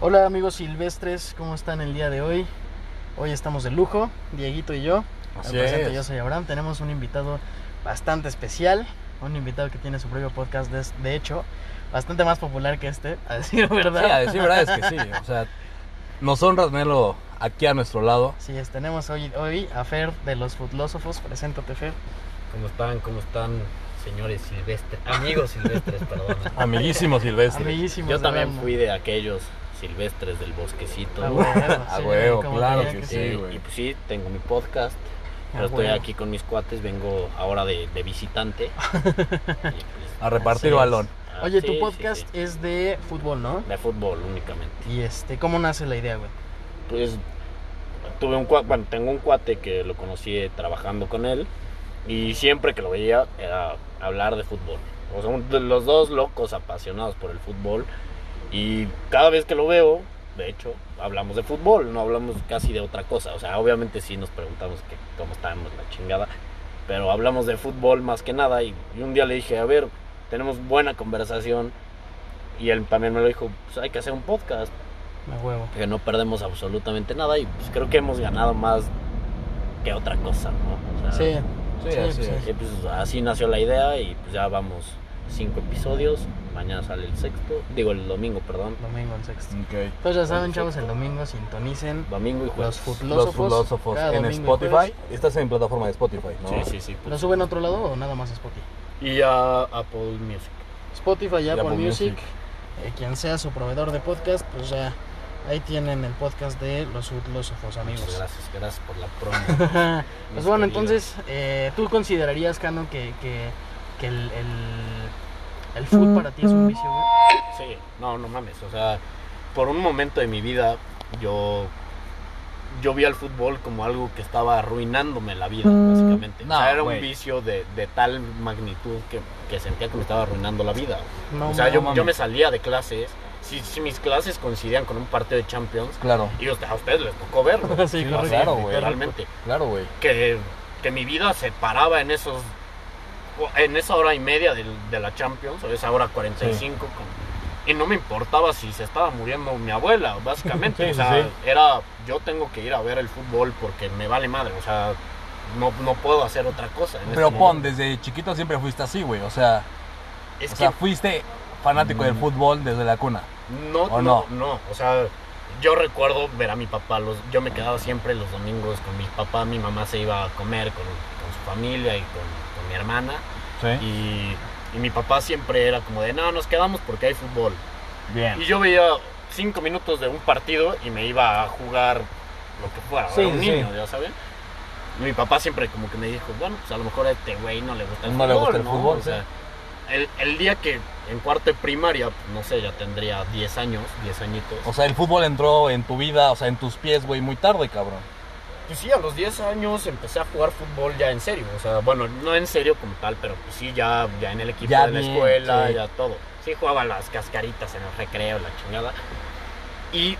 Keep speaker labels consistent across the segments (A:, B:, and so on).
A: Hola amigos silvestres, ¿cómo están el día de hoy? Hoy estamos de lujo, Dieguito y yo.
B: Así
A: Me presento,
B: es.
A: yo soy Abraham. Tenemos un invitado bastante especial, un invitado que tiene su propio podcast, de, de hecho, bastante más popular que este, a decir verdad.
B: Sí, a decir verdad es que sí. O sea, nos honra tenerlo aquí a nuestro lado.
A: Así es, tenemos hoy, hoy a Fer de los Futlósofos. Preséntate, Fer.
C: ¿Cómo están? ¿Cómo están, señores silvestres? Amigos silvestres, perdón.
B: Amiguísimo Silvestre.
A: Amiguísimos
C: Yo
A: de Ah,
C: también
A: Brahma.
C: fui de aquellos silvestres del bosquecito.
A: A huevo,
B: A
A: sí,
B: huevo,
A: como
B: claro
A: tenía
B: que sí.
C: Eh,
B: güey.
C: y pues sí, tengo mi podcast.
A: A
C: Pero estoy
A: huevo.
C: aquí con mis cuates, vengo ahora de, de visitante. Y, pues,
B: A
A: Así
B: repartir
A: es.
B: balón.
C: ah,
A: Oye,
C: sí,
A: tu
C: sí,
A: podcast
C: sí.
A: es de fútbol, ¿no?
C: De fútbol únicamente.
A: Y este, ¿cómo nace la idea, güey?
C: Pues tuve un cuate, bueno, tengo un cuate que lo conocí eh, trabajando con él. Y siempre que lo veía era hablar de fútbol. O sea, un- de los dos locos apasionados por el fútbol. Y cada vez que lo veo, de hecho, hablamos de fútbol, no hablamos casi de otra cosa. O sea, obviamente sí nos preguntamos que cómo estábamos la chingada, pero hablamos de fútbol más que nada. Y, y un día le dije, a ver, tenemos buena conversación. Y él también me lo dijo, pues hay que hacer un podcast,
A: Me huevo.
C: que no perdemos absolutamente nada. Y pues creo que hemos ganado más que otra cosa, ¿no? O sea,
A: Sí,
B: Sí,
A: Sí,
B: así
A: sí.
B: es.
C: y, pues, así nació la idea y pues, ya vamos cinco episodios. Mañana sale el sexto, digo el domingo, perdón.
A: domingo en sexto.
B: Ok.
A: Entonces ya saben, chavos, el domingo sintonicen
C: Domingo y
A: los
C: jueves.
B: Los
A: futlósofos.
B: filósofos
A: cada
B: en
A: domingo y jueves.
B: Spotify. Estás en plataforma de Spotify, ¿no?
C: Sí, sí, sí.
A: ¿Lo suben a otro lado o nada más a Spotify?
C: Y a Apple Music.
A: Spotify,
B: Y
A: Apple,
B: Apple
A: Music,
B: Music.
A: eh, quien sea su proveedor de podcast, pues ya ahí tienen el podcast de los futlósofos,
C: Muchas
A: amigos.
C: gracias, gracias por la promo. Este,
A: Pues bueno, entonces, eh, ¿tú considerarías, Cano, que, que, que el, el, el food para ti es un vicio, güey?
C: Sí, no, no mames. O sea, por un momento de mi vida, yo. Yo vi al fútbol como algo que estaba arruinándome la vida, básicamente. O sea,
B: No,
C: era
B: güey.
C: un vicio de, de tal magnitud que, que sentía que me estaba arruinando la vida.
A: No
C: o sea, yo,
A: mames.
C: yo me salía de clases. Si, si mis clases coincidían con un partido de Champions,
B: Claro,
C: y usted- a ustedes les tocó verlo.
A: Sí,
B: Sí,
A: claro,
B: claro,
A: que-
B: güey.
C: Literalmente.
B: claro, güey.
C: Que, que mi vida se paraba en esos. En esa hora y media del- de, la Champions, o esa hora 45. con- y no me importaba si se estaba muriendo mi abuela, básicamente.
B: Sí,
C: o
B: sí,
C: sea,
B: sí.
C: era. Yo tengo que ir a ver el fútbol porque me vale madre. O sea, no, no puedo hacer otra cosa. en
B: Pero
C: este
B: pon,
C: momento.
B: desde chiquito siempre fuiste así, güey. O sea,
C: Es
B: o
C: que
B: sea, fuiste fanático
A: Mm.
B: del fútbol desde la cuna.
C: No,
B: ¿O
C: no, no, O sea, yo recuerdo ver a mi papá. Los, yo me quedaba siempre los domingos con mi papá. Mi mamá se iba a comer con, con su familia y con, con mi hermana.
B: Sí.
C: Y, y mi papá siempre era como de, no, nos quedamos porque hay fútbol.
B: Bien.
C: Y yo veía cinco minutos de un partido y me iba a jugar lo que fuera.
B: Sí,
C: era un
B: sí,
C: niño, ya saben. Y mi papá siempre como que me dijo, bueno, pues a lo mejor a este güey no le gusta el
B: No le
C: fútbol.
B: gusta el fútbol,
C: O sea, el, el día que en cuarto de primaria, pues, no sé, ya tendría 10 años, 10 añitos.
B: O sea, el fútbol entró en tu vida, o sea, en tus pies, güey, muy tarde, cabrón.
C: Pues sí, a los 10 años empecé a jugar fútbol ya en serio. O sea, bueno, no en serio como tal, pero pues sí, ya, ya en el equipo
B: Ya
C: de la
B: bien,
C: escuela,
B: sí.
C: ya todo. Sí, jugaba las cascaritas en el recreo, la chingada. Y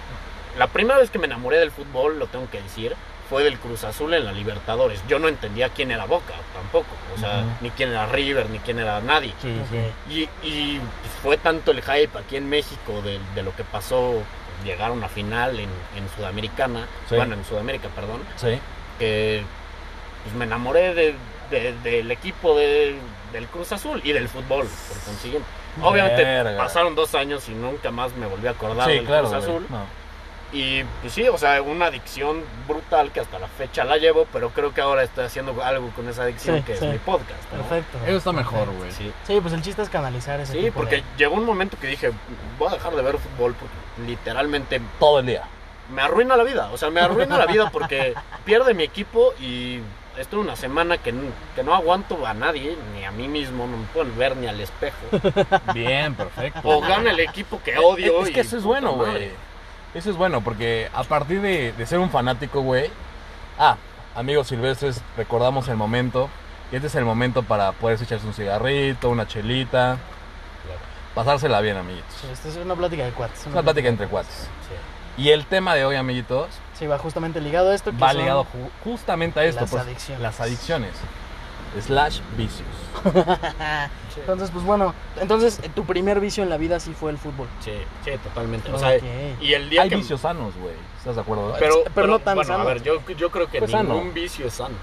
C: la primera vez que me enamoré del fútbol, lo tengo que decir, fue del Cruz Azul en la Libertadores. Yo no entendía quién era Boca tampoco. O sea,
B: Ujú.
C: ni quién era River, ni quién era nadie.
B: Sí,
A: Ok.
C: Y, y, pues, fue tanto el hype aquí en México de, de lo que pasó, llegar a una final en, en Sudamericana,
B: Sí.
C: bueno, en Sudamérica, perdón,
B: Sí.
C: que pues, me enamoré de- de- del equipo de- del Cruz Azul y del fútbol, por consiguiente. Obviamente
B: Verga.
C: pasaron dos años y nunca más me volví a acordar
B: Sí,
C: del
B: claro.
C: Cruz
B: güey.
C: Azul.
B: No.
C: Y pues sí, o sea, una adicción brutal que hasta la fecha la llevo, pero creo que ahora estoy haciendo algo con esa adicción
A: Sí,
C: que
A: sí.
C: es mi podcast. ¿no?
A: Perfecto. Perfecto.
B: güey.
C: Sí.
A: Sí, pues el chiste es canalizar ese
C: Sí,
A: tipo
C: porque
A: de-
C: llegó un momento que dije, voy a dejar de ver fútbol porque literalmente
B: Todo el día.
C: me arruina la vida. O sea, me arruina la vida porque pierde mi equipo y estoy una semana que, n- que no aguanto a nadie, ni a mí mismo, no me pueden ver ni al espejo.
B: Bien, perfecto.
C: O gana el equipo que odio.
B: Es, es
C: y
B: que eso es
C: puta
B: bueno, güey.
C: madre.
B: Eso es bueno, porque a partir de, de ser un fanático, güey. Ah, amigos silvestres, recordamos el momento. Y este es el momento para poder echarse un cigarrito, una chelita.
C: Claro.
B: Pasársela bien, amiguitos.
A: Sí, Esto es una plática de cuates.
B: Es una plática entre cuates.
C: Sí.
B: Y el tema de hoy, amiguitos,
A: Sí, va justamente ligado a esto. que
B: va
A: son
B: ligado ju- justamente a esto.
A: las
B: pues,
A: adicciones.
B: Las adicciones. slash vicios.
A: Entonces, pues bueno, entonces eh, tu primer vicio en la vida sí fue el fútbol.
C: Sí, sí, totalmente. O sea,
A: Ok.
C: y el día
B: Ah. Hay
C: que...
B: vicios sanos, güey. ¿Estás de acuerdo?
C: Pero,
A: pero no tan
C: bueno,
A: sano.
C: A ver, yo, yo creo que
B: Pues
C: ningún
B: sano.
C: vicio es sano.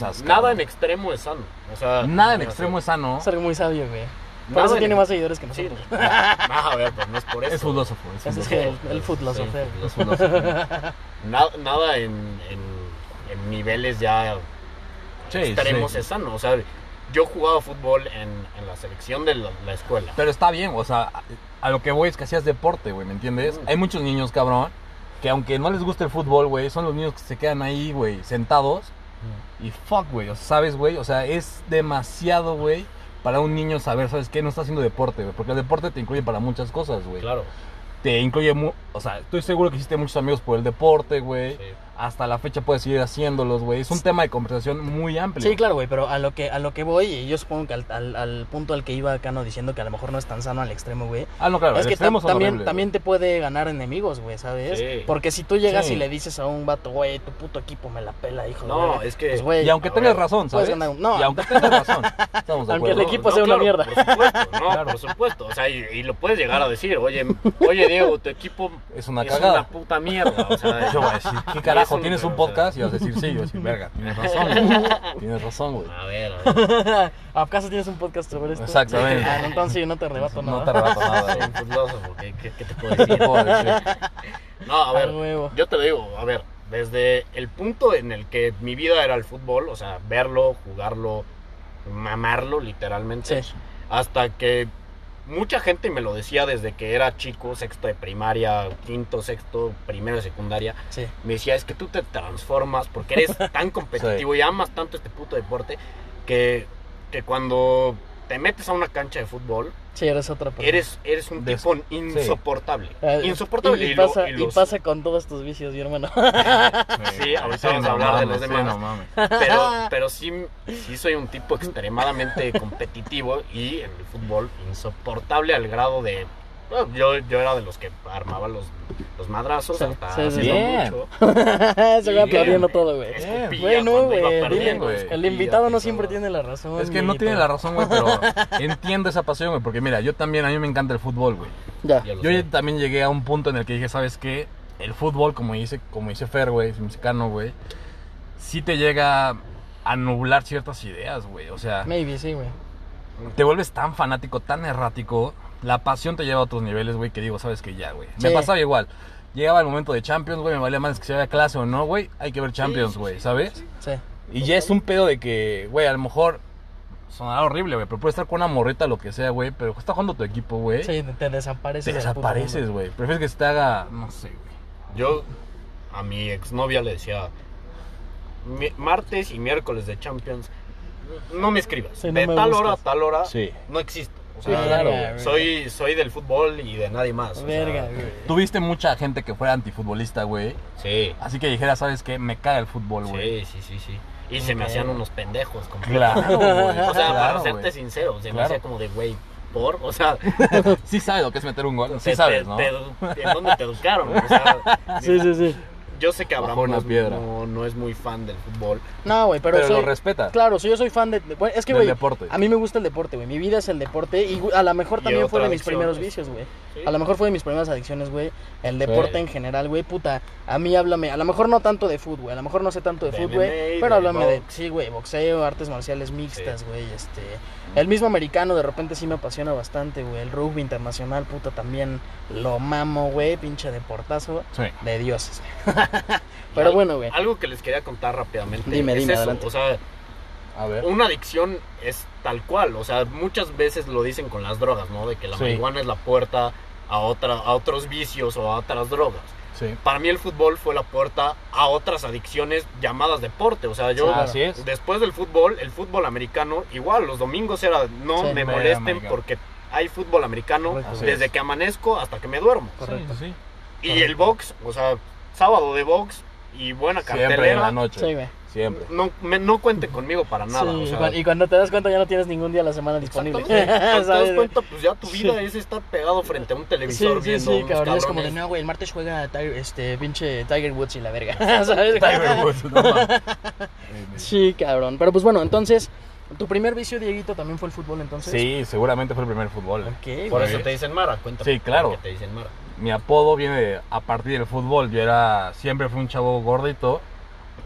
B: No seas
C: nada
B: cabrón.
C: en extremo es sano. O sea,
B: nada en extremo es sano.
A: Es algo muy sabio, güey. Por
C: Nada
A: eso
C: en-
A: tiene más seguidores que
C: Sí,
A: nosotros.
C: no, a ver, pues no es por eso.
B: Es filósofo. Es
A: Ese es
B: filósofo.
A: el, el footloser.
C: Sí,
B: Es filósofo.
C: Nada, nada en, en- en niveles ya
B: Sí,
C: extremos
B: sí.
C: es sano. O sea, yo jugaba fútbol en, en la selección de la, la escuela.
B: Pero está bien, o sea, a- a lo que voy es que hacías deporte, güey, ¿me entiendes?
C: Mm.
B: Hay muchos niños, cabrón, que aunque no les guste el fútbol, güey, son los niños que se quedan ahí, güey, sentados. Y fuck, güey, o sea, ¿sabes, güey? O sea, es demasiado, güey, para un niño saber, ¿sabes qué? No está haciendo deporte, güey, porque el deporte te incluye para muchas cosas, güey.
C: Claro.
B: Te incluye, mu- o sea, estoy seguro que hiciste muchos amigos por el deporte, güey.
C: sí.
B: Hasta la fecha puedes seguir haciéndolos, güey. Es un tema de conversación muy amplio.
A: Sí, claro, güey, pero a lo que a lo que voy, y yo supongo que al, al- al punto al que iba Cano diciendo que a lo mejor no es tan sano al extremo, güey.
B: Ah, no, claro,
A: es
B: el
A: que tam-
B: extremo son
A: también,
B: horribles,
A: también te puede ganar enemigos, güey, ¿sabes?
C: Sí.
A: Porque si tú llegas
B: Sí.
A: y le dices a un vato, güey, tu puto equipo me la pela, hijo de...
C: No,
A: verga",
C: es que.
A: pues,
B: güey.
A: güey,
B: Y aunque
C: a
B: tengas
C: ver,
B: razón,
A: puedes
B: ¿sabes?
A: ganar un- no.
B: Y aunque tengas razón, estamos de
A: Aunque el
B: acuerdo.
A: equipo- sea una mierda.
C: Por supuesto, no,
B: Claro.
C: por supuesto. O sea, y, y lo puedes llegar a decir, oye, oye Diego, tu equipo
B: Es una
C: es
B: cagada.
C: una puta mierda. O sea,
B: Yo voy a decir, ¿qué
C: Es
B: carajo?
C: un-
B: ¿Tienes
C: o
B: un
C: sea,
B: podcast? Y vas a decir, sí, yo voy a decir, verga, tienes razón, güey. Tienes razón, güey.
C: A ver, a ver.
A: ¿Acaso tienes un podcast sobre
C: Pues,
A: esto?
B: Exactamente.
A: Ah, no, entonces yo no te arrebato
B: No te
A: nada.
B: arrebato nada,
C: Soy
B: güey.
C: un filósofo, ¿qué, qué- qué te puedo
B: ¿Qué
C: decir?
B: puedo decir?
C: No, a ver,
A: A huevo.
C: yo te lo digo, a ver, desde el punto en el que mi vida era el fútbol, o sea, verlo, jugarlo, mamarlo literalmente,
A: Sí.
C: hasta que mucha gente me lo decía desde que era chico, sexto de primaria, quinto, sexto, primero de secundaria,
A: Sí.
C: me decía, es que tú te transformas porque eres tan competitivo y amas tanto este puto deporte que, que cuando te metes a una cancha de fútbol,
A: Sí, eres otra persona.
C: eres, eres un
B: Des-
C: tipo insoportable.
A: Ah,
C: Insoportable.
A: Y, y
C: lo-
A: pasa,
C: y lo
A: y pasa con todos tus vicios, mi hermano.
C: Sí, ahorita vamos a hablar de los demás.
B: no mames.
C: Pero, pero sí, sí soy un tipo extremadamente competitivo y en el fútbol insoportable al grado de... bueno, yo, yo era de los que armaba los, los madrazos
A: Sí,
C: hasta
A: sí, sí,
C: hace
B: sí.
C: no
B: Bien.
C: mucho.
A: Se va
C: Bien,
A: aplaudiendo
C: güey.
A: todo, güey.
C: Escupía
A: Eh, Güey, no,
C: cuando
A: güey.
C: iba
A: dile,
C: perdiendo,
B: güey.
A: El
C: escupía,
A: invitado no
C: pisaba.
A: siempre tiene la razón.
B: Es que no
A: amiguito.
B: tiene la razón, güey, pero entiendo esa pasión, güey. Porque mira, yo también, a mí me encanta el fútbol, güey.
A: Ya.
C: Ya lo
B: Yo
C: sé.
B: ya también llegué a un punto en el que dije, ¿sabes qué? El fútbol, como dice, como dice Fer, güey, es mexicano, güey, sí te llega a nublar ciertas ideas, güey. O sea,
A: Maybe, sí, güey.
B: te vuelves tan fanático, tan errático, la pasión te lleva a otros niveles, güey, que digo, ¿sabes qué? Ya, güey. Me
A: Sí.
B: pasaba igual. Llegaba el momento de Champions, güey, me valía más que se vaya a clase o no, güey. Hay que ver Champions, güey, ¿sabes?
A: Sí.
B: Y ya es un pedo de que, güey, a lo mejor sonará horrible, güey, pero puede estar con una morrita lo que sea, güey, pero está jugando tu equipo, güey.
A: Sí, te- te desapareces.
B: Te
A: del puto mundo.
B: desapareces, güey. Prefieres que se te haga, no sé, güey.
C: Yo a mi exnovia le decía, "Mi- martes y miércoles de Champions, no me escribas.
A: Sí, no
C: de
A: me
C: tal
A: busques.
C: hora a tal hora,
B: Sí.
C: no existo. O
A: Sí,
C: sea,
A: claro,
B: güey.
A: güey.
C: soy, soy del fútbol y de nadie más. o sea,
A: Verga, güey.
B: Tuviste mucha gente que fuera antifutbolista, güey.
C: Sí,
B: Así que dijera, ¿sabes qué? Me caga el fútbol, güey. Mm.
C: sí, sí, sí, sí. Y se me
A: Ok.
C: hacían unos pendejos. completamente.
B: Claro, güey.
C: O sea, para
B: claro,
C: serte
B: güey.
C: sincero, se me
B: Claro.
C: hacía como de, güey, ¿por? O sea,
B: Sí sabes lo que es meter un gol.
C: te-
B: Sí sabes, ¿no?
C: te- te- ¿en dónde te educaron? O sea,
A: Sí, sí, sí.
C: yo sé que Abraham
B: Bajo una
C: no es-
B: piedra.
C: No, no es muy fan del fútbol.
A: No, güey, pero,
B: Pero lo
A: soy-
B: respetas.
A: Claro, sí, yo soy fan de... bueno, es que,
B: Del
A: güey,
B: deporte. pues.
A: a mí me gusta el deporte, güey. Mi vida es el deporte y güey, a lo mejor
C: Y
A: también fue
C: otra
A: de mis
C: adicción,
A: primeros
C: güey.
A: vicios, güey.
C: Sí.
A: A lo mejor fue de mis primeras adicciones, güey. El deporte en general, güey, puta. A mí háblame, a lo mejor no tanto de fútbol, a lo mejor no sé tanto de,
C: De
A: fútbol, güey.
C: MMA,
A: Pero
C: de
A: háblame de,
C: box.
A: sí, güey, boxeo, artes marciales mixtas, güey. Este,
C: Mm.
A: el mismo americano de repente sí me apasiona bastante, güey. El rugby internacional, puta, también lo mamo, güey. Pinche deportazo
B: Sí.
A: de dioses. pero
C: Al-
A: bueno, güey.
C: Algo que les quería contar rápidamente.
A: Dime,
C: es
A: dime,
C: eso,
A: adelante.
C: O sea,
B: A ver.
C: una adicción es tal cual. O sea, muchas veces lo dicen con las drogas, ¿no? De que la
B: Sí.
C: marihuana es la puerta a, otra, a otros vicios o a otras drogas.
B: Sí.
C: Para mí el fútbol fue la puerta a otras adicciones llamadas deporte. O sea, yo
A: claro.
B: Ah, Así es.
C: después del fútbol, el fútbol americano, igual los domingos era no
A: Sí.
C: me
B: Ver
C: molesten
B: americano.
C: porque hay fútbol americano
A: Correcto.
B: Así
C: desde
B: es.
C: que amanezco hasta que me duermo.
A: Correcto.
B: Sí, sí, sí.
C: Y el box, o sea, sábado de box y buena
B: Siempre en la
C: cartelera.
B: noche.
A: Sí, güey.
B: Siempre.
C: No, me- no cuente conmigo para nada.
A: Sí,
C: o
A: y
C: sea,
A: cuan- y cuando te das cuenta ya no tienes ningún día a la semana disponible.
C: Exactamente. Cuando te das
A: ¿Sabes?
C: cuenta, pues ya tu
A: Sí.
C: vida es estar pegado frente a un
A: Sí,
C: televisor
A: sí,
C: viendo
A: sí,
C: unos
A: cabrón. Es
C: cabrones.
A: como de, no, güey, el martes juega Tiger- este, pinche Tiger Woods y la verga. ¿Sabes?
B: Tiger Woods, pues, no mames.
A: Sí, cabrón. Pero pues bueno, entonces, tu primer vicio, Dieguito, también fue el fútbol, entonces.
B: Sí, seguramente fue el primer fútbol.
A: Ok, güey.
C: Por eso te dicen Mara, cuéntame.
B: Sí, claro.
C: por qué te dicen Mara.
B: mi apodo viene de- a partir del fútbol. Yo era siempre fui un chavo gordito,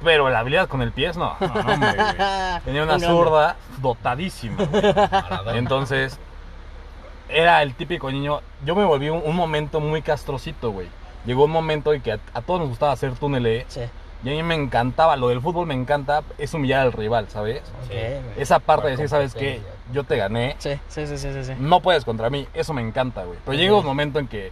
B: pero la habilidad con el pies no. no, no, hombre, güey. Tenía una
A: Un grande.
B: zurda dotadísima. güey.
C: Maradona.
B: Entonces era el típico niño. Yo me volví un, un momento muy castrocito, güey. Llegó un momento en que a, a todos nos gustaba hacer túneles
A: Sí,
B: y a mí me encantaba. Lo del fútbol me encanta es humillar al rival, ¿sabes?
A: ok,
C: Sí.
A: güey.
B: Esa parte
C: Para
B: de decir, ¿sabes qué?
C: competencia.
B: Yo te gané.
A: Sí, sí, sí, sí, sí, sí.
B: No puedes contra mí, eso me encanta, güey. Pero llega un momento en que,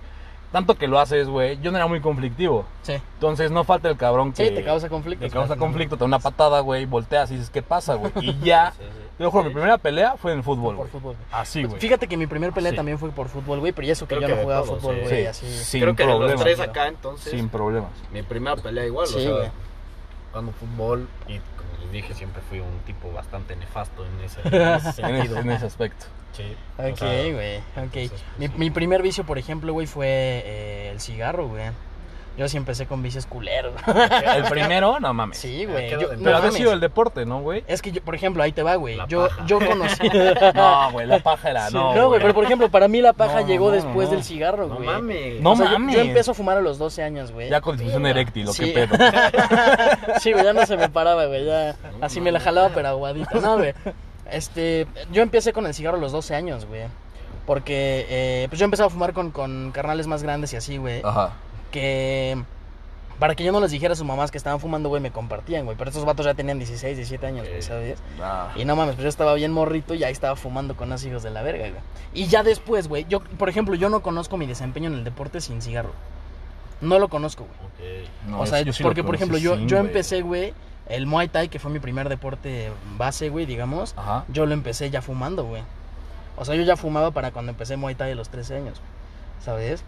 B: tanto que lo haces, güey, yo no era muy conflictivo.
A: Sí,
B: Entonces no falta el cabrón que...
A: Sí, te causa conflicto.
B: te causa conflicto, te da una patada, güey, volteas y dices, ¿qué pasa, güey? Y ya,
C: Sí, sí.
B: te lo juro, mi primera pelea fue en el fútbol,
A: Por
B: güey.
A: fútbol. güey.
B: Así, güey.
A: Fíjate que mi primer pelea
B: Sí.
A: también fue por fútbol, güey, pero y eso que
C: Creo
A: yo
C: que
A: no
C: de
A: jugaba
C: todos,
A: fútbol,
C: sí.
A: güey,
B: Sí,
A: así.
B: sin
C: Creo que de los
B: problemas.
C: tres acá, entonces,
B: Sin problemas.
C: mi primera pelea igual,
A: Sí,
C: o sea,
A: güey.
C: jugando fútbol y como les dije, siempre fui un tipo bastante nefasto en ese, en ese
B: En ese,
C: sentido.
B: en ese aspecto.
C: Sí, o
A: Ok,
C: sea,
A: güey, ok.
C: entonces,
A: Mi,
C: sí.
A: mi primer vicio, por ejemplo, güey, fue eh, el cigarro, güey. Yo sí empecé con vicios culeros.
B: El primero, no mames.
A: Sí, güey. yo-
B: Eh, Pero
A: no
B: había
A: mames.
B: sido el deporte, ¿no, güey?
A: Es que, yo, por ejemplo, ahí te va, güey.
C: La
A: Yo,
C: paja.
A: yo conocí.
B: No, güey, la paja era,
A: Sí,
B: no,
A: no, güey, pero por ejemplo, para mí la paja
B: No,
A: llegó
B: no,
A: después
B: no.
A: del cigarro,
C: No
A: güey.
C: mames.
B: No
A: O sea, yo-
B: mames.
A: Yo, empiezo a fumar a los 12 años, güey.
B: Ya con disfunción eréctil, lo
A: Sí.
B: que pedo.
A: Sí, güey, ya no se me paraba, güey. Ya
C: No
A: así me la
C: mames.
A: jalaba, pero aguadita. No, güey. Este, yo empecé con el cigarro a los 12 años, güey. Porque, eh, pues yo empezaba a fumar con, con carnales más grandes y así, güey.
B: Ajá.
A: Que. Para que yo no les dijera a sus mamás que estaban fumando, güey, me compartían, güey. Pero estos vatos ya tenían 16, 17 años, güey,
C: Ok.
A: ¿sabes?
B: Ah.
A: Y no mames, pues yo estaba bien morrito y ahí estaba fumando con los hijos de la verga, güey. Y ya después, güey, yo, por ejemplo, yo no conozco mi desempeño en el deporte sin cigarro. No lo conozco, güey.
C: Ok.
B: No,
A: o sea,
B: yo sí lo
A: porque, por
B: conocí
A: ejemplo, yo,
B: sin,
A: yo
B: güey.
A: empecé, güey, el Muay Thai, que fue mi primer deporte base, güey, digamos,
B: Ajá.
A: yo lo empecé ya fumando, güey. O sea, yo ya fumaba para cuando empecé Muay Thai a los 13 años, ¿sabes?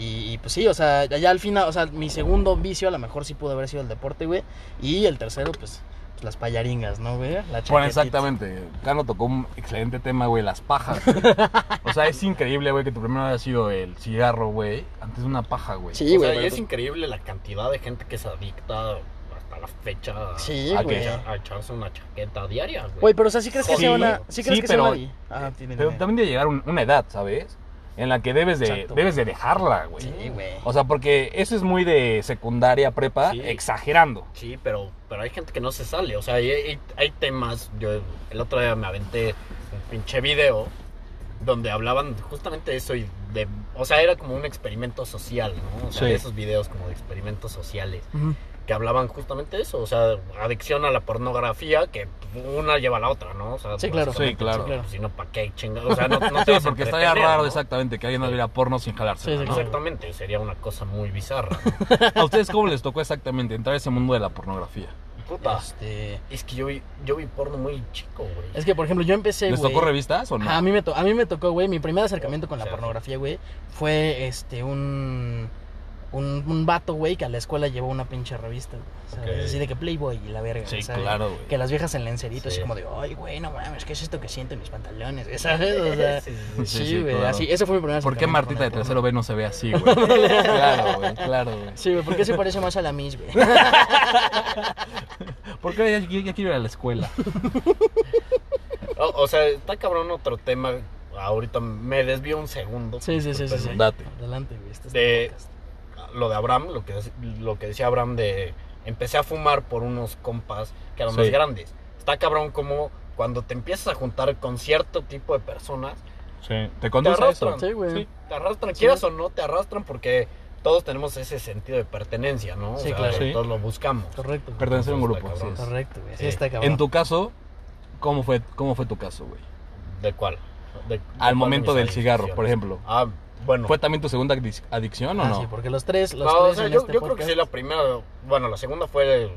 A: Y, y, pues sí, o sea, ya, ya al final, o sea, mi segundo vicio a lo mejor sí pudo haber sido el deporte, güey. Y el tercero, pues, pues, las payaringas, ¿no, güey? La
B: Bueno,
A: chaquetita.
B: exactamente. Carlos tocó un excelente tema, güey, las pajas. güey. O sea, es increíble, güey, que tu primero haya sido el cigarro, güey, antes de una paja, güey.
A: Sí,
C: o
A: güey.
C: sea, y
A: pero-
C: es increíble la cantidad de gente que se adicta hasta la fecha a-
A: Sí,
B: ¿A qué?
A: güey.
C: a, a echarse una chaqueta diaria, güey.
A: Güey, pero o sea, ¿sí crees que
B: Sí,
A: sea una... ¿Sí crees
B: sí,
A: que
B: pero-
A: sea una... Ah, dime,
B: Pero
A: dime.
B: también de llegar un- una edad, ¿sabes? En la que debes de,
A: Exacto.
B: debes de dejarla, güey.
A: Sí, güey.
B: O sea, porque eso es muy de secundaria, prepa,
C: Sí.
B: exagerando.
C: Sí, pero, pero hay gente que no se sale. O sea, hay, hay- hay temas. Yo el otro día me aventé un pinche video donde hablaban justamente de eso y de. O sea, era como un experimento social, ¿no? O sea,
B: Sí.
C: esos videos como de experimentos sociales
A: Ujú.
C: que hablaban justamente de eso. O sea, adicción a la pornografía que una lleva a la otra, ¿no? O sea, pues,
A: Sí, claro.
B: Sí, claro.
A: Sí, claro.
C: Si no, ¿para qué chingados? O sea, no, no te
B: Sí,
C: vas a
B: porque estaría
C: entretener,
B: raro
C: ¿no?
B: exactamente que alguien
C: Sí.
B: no viera porno sin jalarse.
A: Sí, sí,
B: ¿no?
C: Exactamente, sería una cosa muy bizarra.
B: ¿A ustedes cómo les tocó exactamente entrar a ese mundo de la pornografía?
C: Puta.
A: Este...
C: Es que yo vi, yo vi porno muy chico, güey.
A: Es que, por ejemplo, yo empecé,
B: ¿Les
A: güey... Ah,
B: tocó revistas o no?
A: Ajá, A mí, me to- a mí me tocó, güey, mi primer acercamiento con la
C: Sí.
A: pornografía, güey, fue este, un, un, un vato, güey, que a la escuela llevó una pinche revista, güey, ¿sabes?
C: Ok.
A: Así de que Playboy y la verga,
B: Sí,
A: ¿sabes?
B: claro, güey.
A: Que las viejas en lencerito, así
C: Sí.
A: como de, ay, güey, no mames, ¿qué es esto que siento en mis pantalones? ¿Sabes? O sea,
C: Sí, sí, sí.
B: sí,
A: sí,
B: sí,
A: güey,
B: claro.
A: así, ese fue mi primer
B: ¿Por qué
A: acercamiento con
B: Martita de
A: el porno.
B: tercero B no se ve así, güey? claro, güey, claro, güey.
A: Sí, güey, ¿por qué se parece más a la Miss, güey?
B: ¿Por qué ya, ya- ya quiero ir a la escuela?
C: O, Oh, o sea, está cabrón otro tema. Ahorita me desvío un segundo.
A: Sí, sí, sí, sí, sí.
B: Date.
A: Adelante, güey. este es
C: De-
A: tu podcast.
C: Lo de Abraham, lo que, dec- lo que decía Abraham de... Empecé a fumar por unos compas que eran
B: Sí.
C: más grandes. Está cabrón como cuando te empiezas a juntar con cierto tipo de personas,
B: Sí. ¿Te
C: te
B: conduce a eso?
C: arrastran.
A: Sí, güey.
C: te arrastran,
A: Sí.
C: quieras o no, te arrastran porque todos tenemos ese sentido de pertenencia, ¿no? O
A: Sí,
C: sea,
A: claro.
B: Sí.
C: Todos lo buscamos.
A: Correcto. güey.
B: Pertenecer a un grupo,
C: Está
B: así
C: cabrón.
B: es.
A: Correcto, güey. Sí,
C: Sí.
A: está cabrón.
B: En tu caso, ¿cómo fue, cómo fue tu caso, güey?
C: ¿De cuál? De- de
B: Al
C: cuál
B: momento
C: de
B: del
C: mis
B: cigarro, por
C: adicciones.
B: ejemplo.
C: Ah, bueno.
B: ¿Fue también tu segunda adic- adicción o
A: Ah,
B: no?
A: sí, porque los tres, los
C: No,
A: tres
C: o sea,
A: en
C: yo,
A: este
C: yo creo que
A: podcast-
C: sí, la primera. Bueno, la segunda fue el-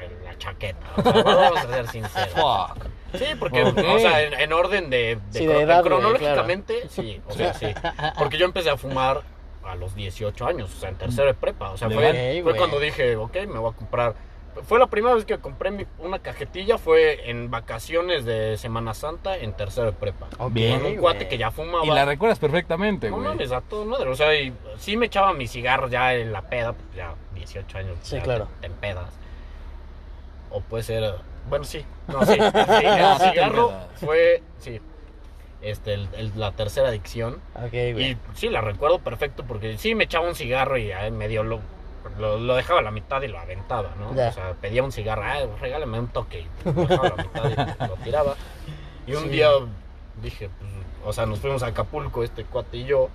C: el- la chaqueta. o sea, vamos a ser sinceros.
B: Fuck.
C: Sí, porque,
B: Ok.
C: o sea, en, en orden de. de
A: Sí, de
C: cro-
A: edad, güey,
C: cronológicamente, sí. O sea, sí. Porque yo empecé a fumar a los 18 años, o sea, en tercero de prepa. O sea,
B: Legal.
C: fue,
A: Ok,
C: fue
A: güey.
C: cuando dije, ok, me voy a comprar fue la primera vez que compré mi- una cajetilla, fue en vacaciones de Semana Santa en tercero de prepa.
A: Ok,
B: Bien.
C: Con un
A: güey.
C: cuate que ya fumaba.
B: Y la recuerdas perfectamente,
C: No
B: güey.
C: mames, a todo madre. O sea, y sí me echaba mi cigarro ya en la peda, pues ya 18 años.
A: Sí,
C: ya
A: claro.
C: Te, te empedas. O puede ser. Bueno, sí. No, sí. sí, el
B: te
C: cigarro
B: empedas.
C: fue. Sí. Este, el- el- la tercera adicción.
A: Ok, güey.
C: Y sí, la recuerdo perfecto porque sí me echaba un cigarro y ahí medio lo, lo, lo dejaba a la mitad y lo aventaba, ¿no?
A: Ya.
C: O sea, pedía un cigarro, ah, regálame un toque y pues, lo dejaba a la mitad y pues, lo tiraba. Y un
A: Sí.
C: día dije, pues, o sea, nos fuimos a Acapulco, este cuate y yo,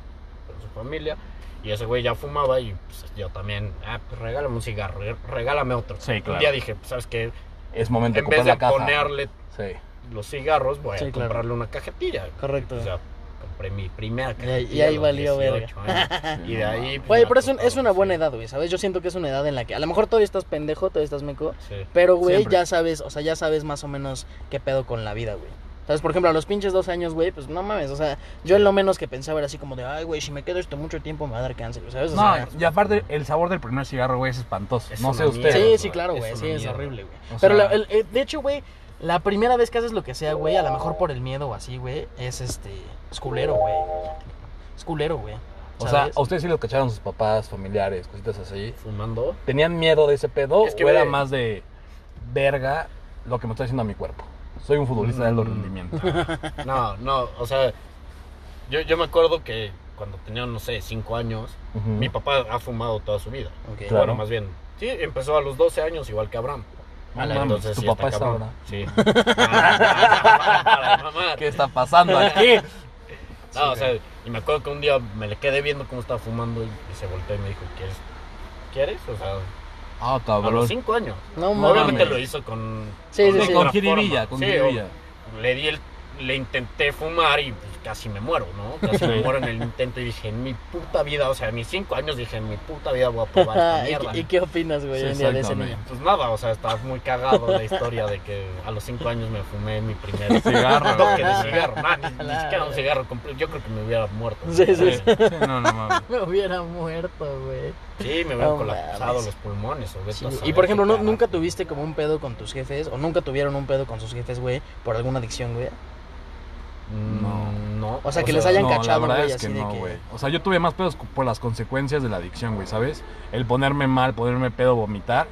C: con su familia, y ese güey ya fumaba y pues, yo también, ah, pues regálame un cigarro, y regálame otro.
B: Sí, claro.
C: Un día dije, pues, ¿sabes qué?
B: Es momento de
C: En vez
B: ocupar
C: de
B: la caja.
C: ponerle
B: Sí.
C: los cigarros, voy a
A: Sí, claro.
C: comprarle una cajetilla.
A: Correcto.
C: O sea, compré mi primera
A: Y ahí-
C: cajetilla.
A: y ahí
C: a los
A: valió
C: 18 años. Y de ahí. pues,
A: Güey,
C: me
A: pero es, un-
C: atraparon,
A: es una buena
C: sí.
A: edad, güey, ¿sabes? Yo siento que es una edad en la que a lo mejor todavía estás pendejo, todavía estás meco,
C: Sí.
A: pero, güey,
B: Siempre.
A: ya sabes, o sea, ya sabes más o menos qué pedo con la vida, güey. ¿Sabes? Por ejemplo, a los pinches dos años, güey, pues no mames, o sea, yo en lo menos que pensaba era así como de, ay, güey, si me quedo esto mucho tiempo me va a dar cáncer, ¿sabes? O
B: No,
A: sea,
B: y aparte, el sabor del primer cigarro, güey, es espantoso.
C: Es
B: no
C: una
B: sé
C: mierda.
B: ustedes.
A: Sí,
C: güey.
A: sí, claro,
C: Es
A: güey.
C: una
A: Sí, es
C: mierda.
A: horrible, güey.
B: O
A: Pero,
B: sea-
A: la- el- eh, de hecho, güey, la primera vez que haces lo que sea, güey, a lo mejor por el miedo o así, güey, es este. Es culero, güey. Es culero, güey.
B: O sea,
A: ¿sabes?
B: a ustedes sí los cacharon sus papás, familiares, cositas así.
C: Fumando.
B: ¿Tenían miedo de ese pedo
C: Es que,
B: o era
C: güey.
B: más de verga lo que me está haciendo a mi cuerpo? Soy un futbolista de alto
C: Mm.
B: rendimiento.
C: No, no, o sea. Yo, yo me acuerdo que cuando tenía, no sé, 5 años,
B: Ujú.
C: mi papá ha fumado toda su vida.
A: Ok.
B: Claro.
C: Bueno, más bien. Sí, empezó a los 12 años, igual que Abraham.
B: No mames,
C: entonces
B: tu
C: sí
B: papá
C: está
B: es
C: cabrón.
B: ahora.
C: Sí. Para mamar.
B: ¿Qué está pasando aquí?
C: No, o sea, y me acuerdo que un día me le quedé viendo cómo estaba fumando y, y se volteó y me dijo, ¿quieres? ¿Quieres? O sea,
B: Ah,
C: a
B: cabrón.
C: los 5 años.
A: No
B: No,
A: mames.
C: Obviamente
B: mames.
C: lo hizo con.
A: Sí, sí,
B: Sí,
A: sí.
B: con
C: otra
B: jiribilla,
C: forma.
B: con
C: Sí,
B: jiribilla.
C: le di el, le intenté fumar y pues, casi me muero, ¿no? Casi me
B: Sí.
C: muero en el intento y dije, en mi puta vida, o sea, en mis cinco años dije, en mi puta vida voy a probar esta
A: Ajá, ¿Y,
C: mierda.
A: qué- y qué opinas, güey,
B: Sí,
A: hoy en día de ese
B: exactamente.
A: niño?
C: Pues nada, o sea, está muy cagado la historia de que a los cinco años me fumé mi primer
B: Cigarro,
C: toque de
A: güey.
C: cigarro. Nah, ni, ni
A: Claro.
C: siquiera un cigarro completo. Yo creo que me hubiera muerto. Eh,
A: Sí, sí,
C: Sí,
A: sí.
B: Sí, no, no mames.
A: Me hubiera muerto, güey.
C: Sí,
A: No
C: me hubieran colapsado
A: mames.
C: los pulmones. o vete
A: Sí,
C: a
A: güey.
C: saber
A: y por
C: qué
A: ejemplo, ¿no-
C: carajo.
A: ¿nunca tuviste como un pedo con tus jefes? ¿O nunca tuvieron un pedo con sus jefes, güey, por alguna adicción, güey?
C: No, no.
A: O sea, que les hayan
B: no,
A: cachado,
B: la verdad
A: güey,
B: es que
A: así de
B: no,
A: que-
B: güey. O sea, yo tuve más pedos por las consecuencias de la adicción, güey, ¿sabes? El ponerme mal, ponerme pedo, vomitar.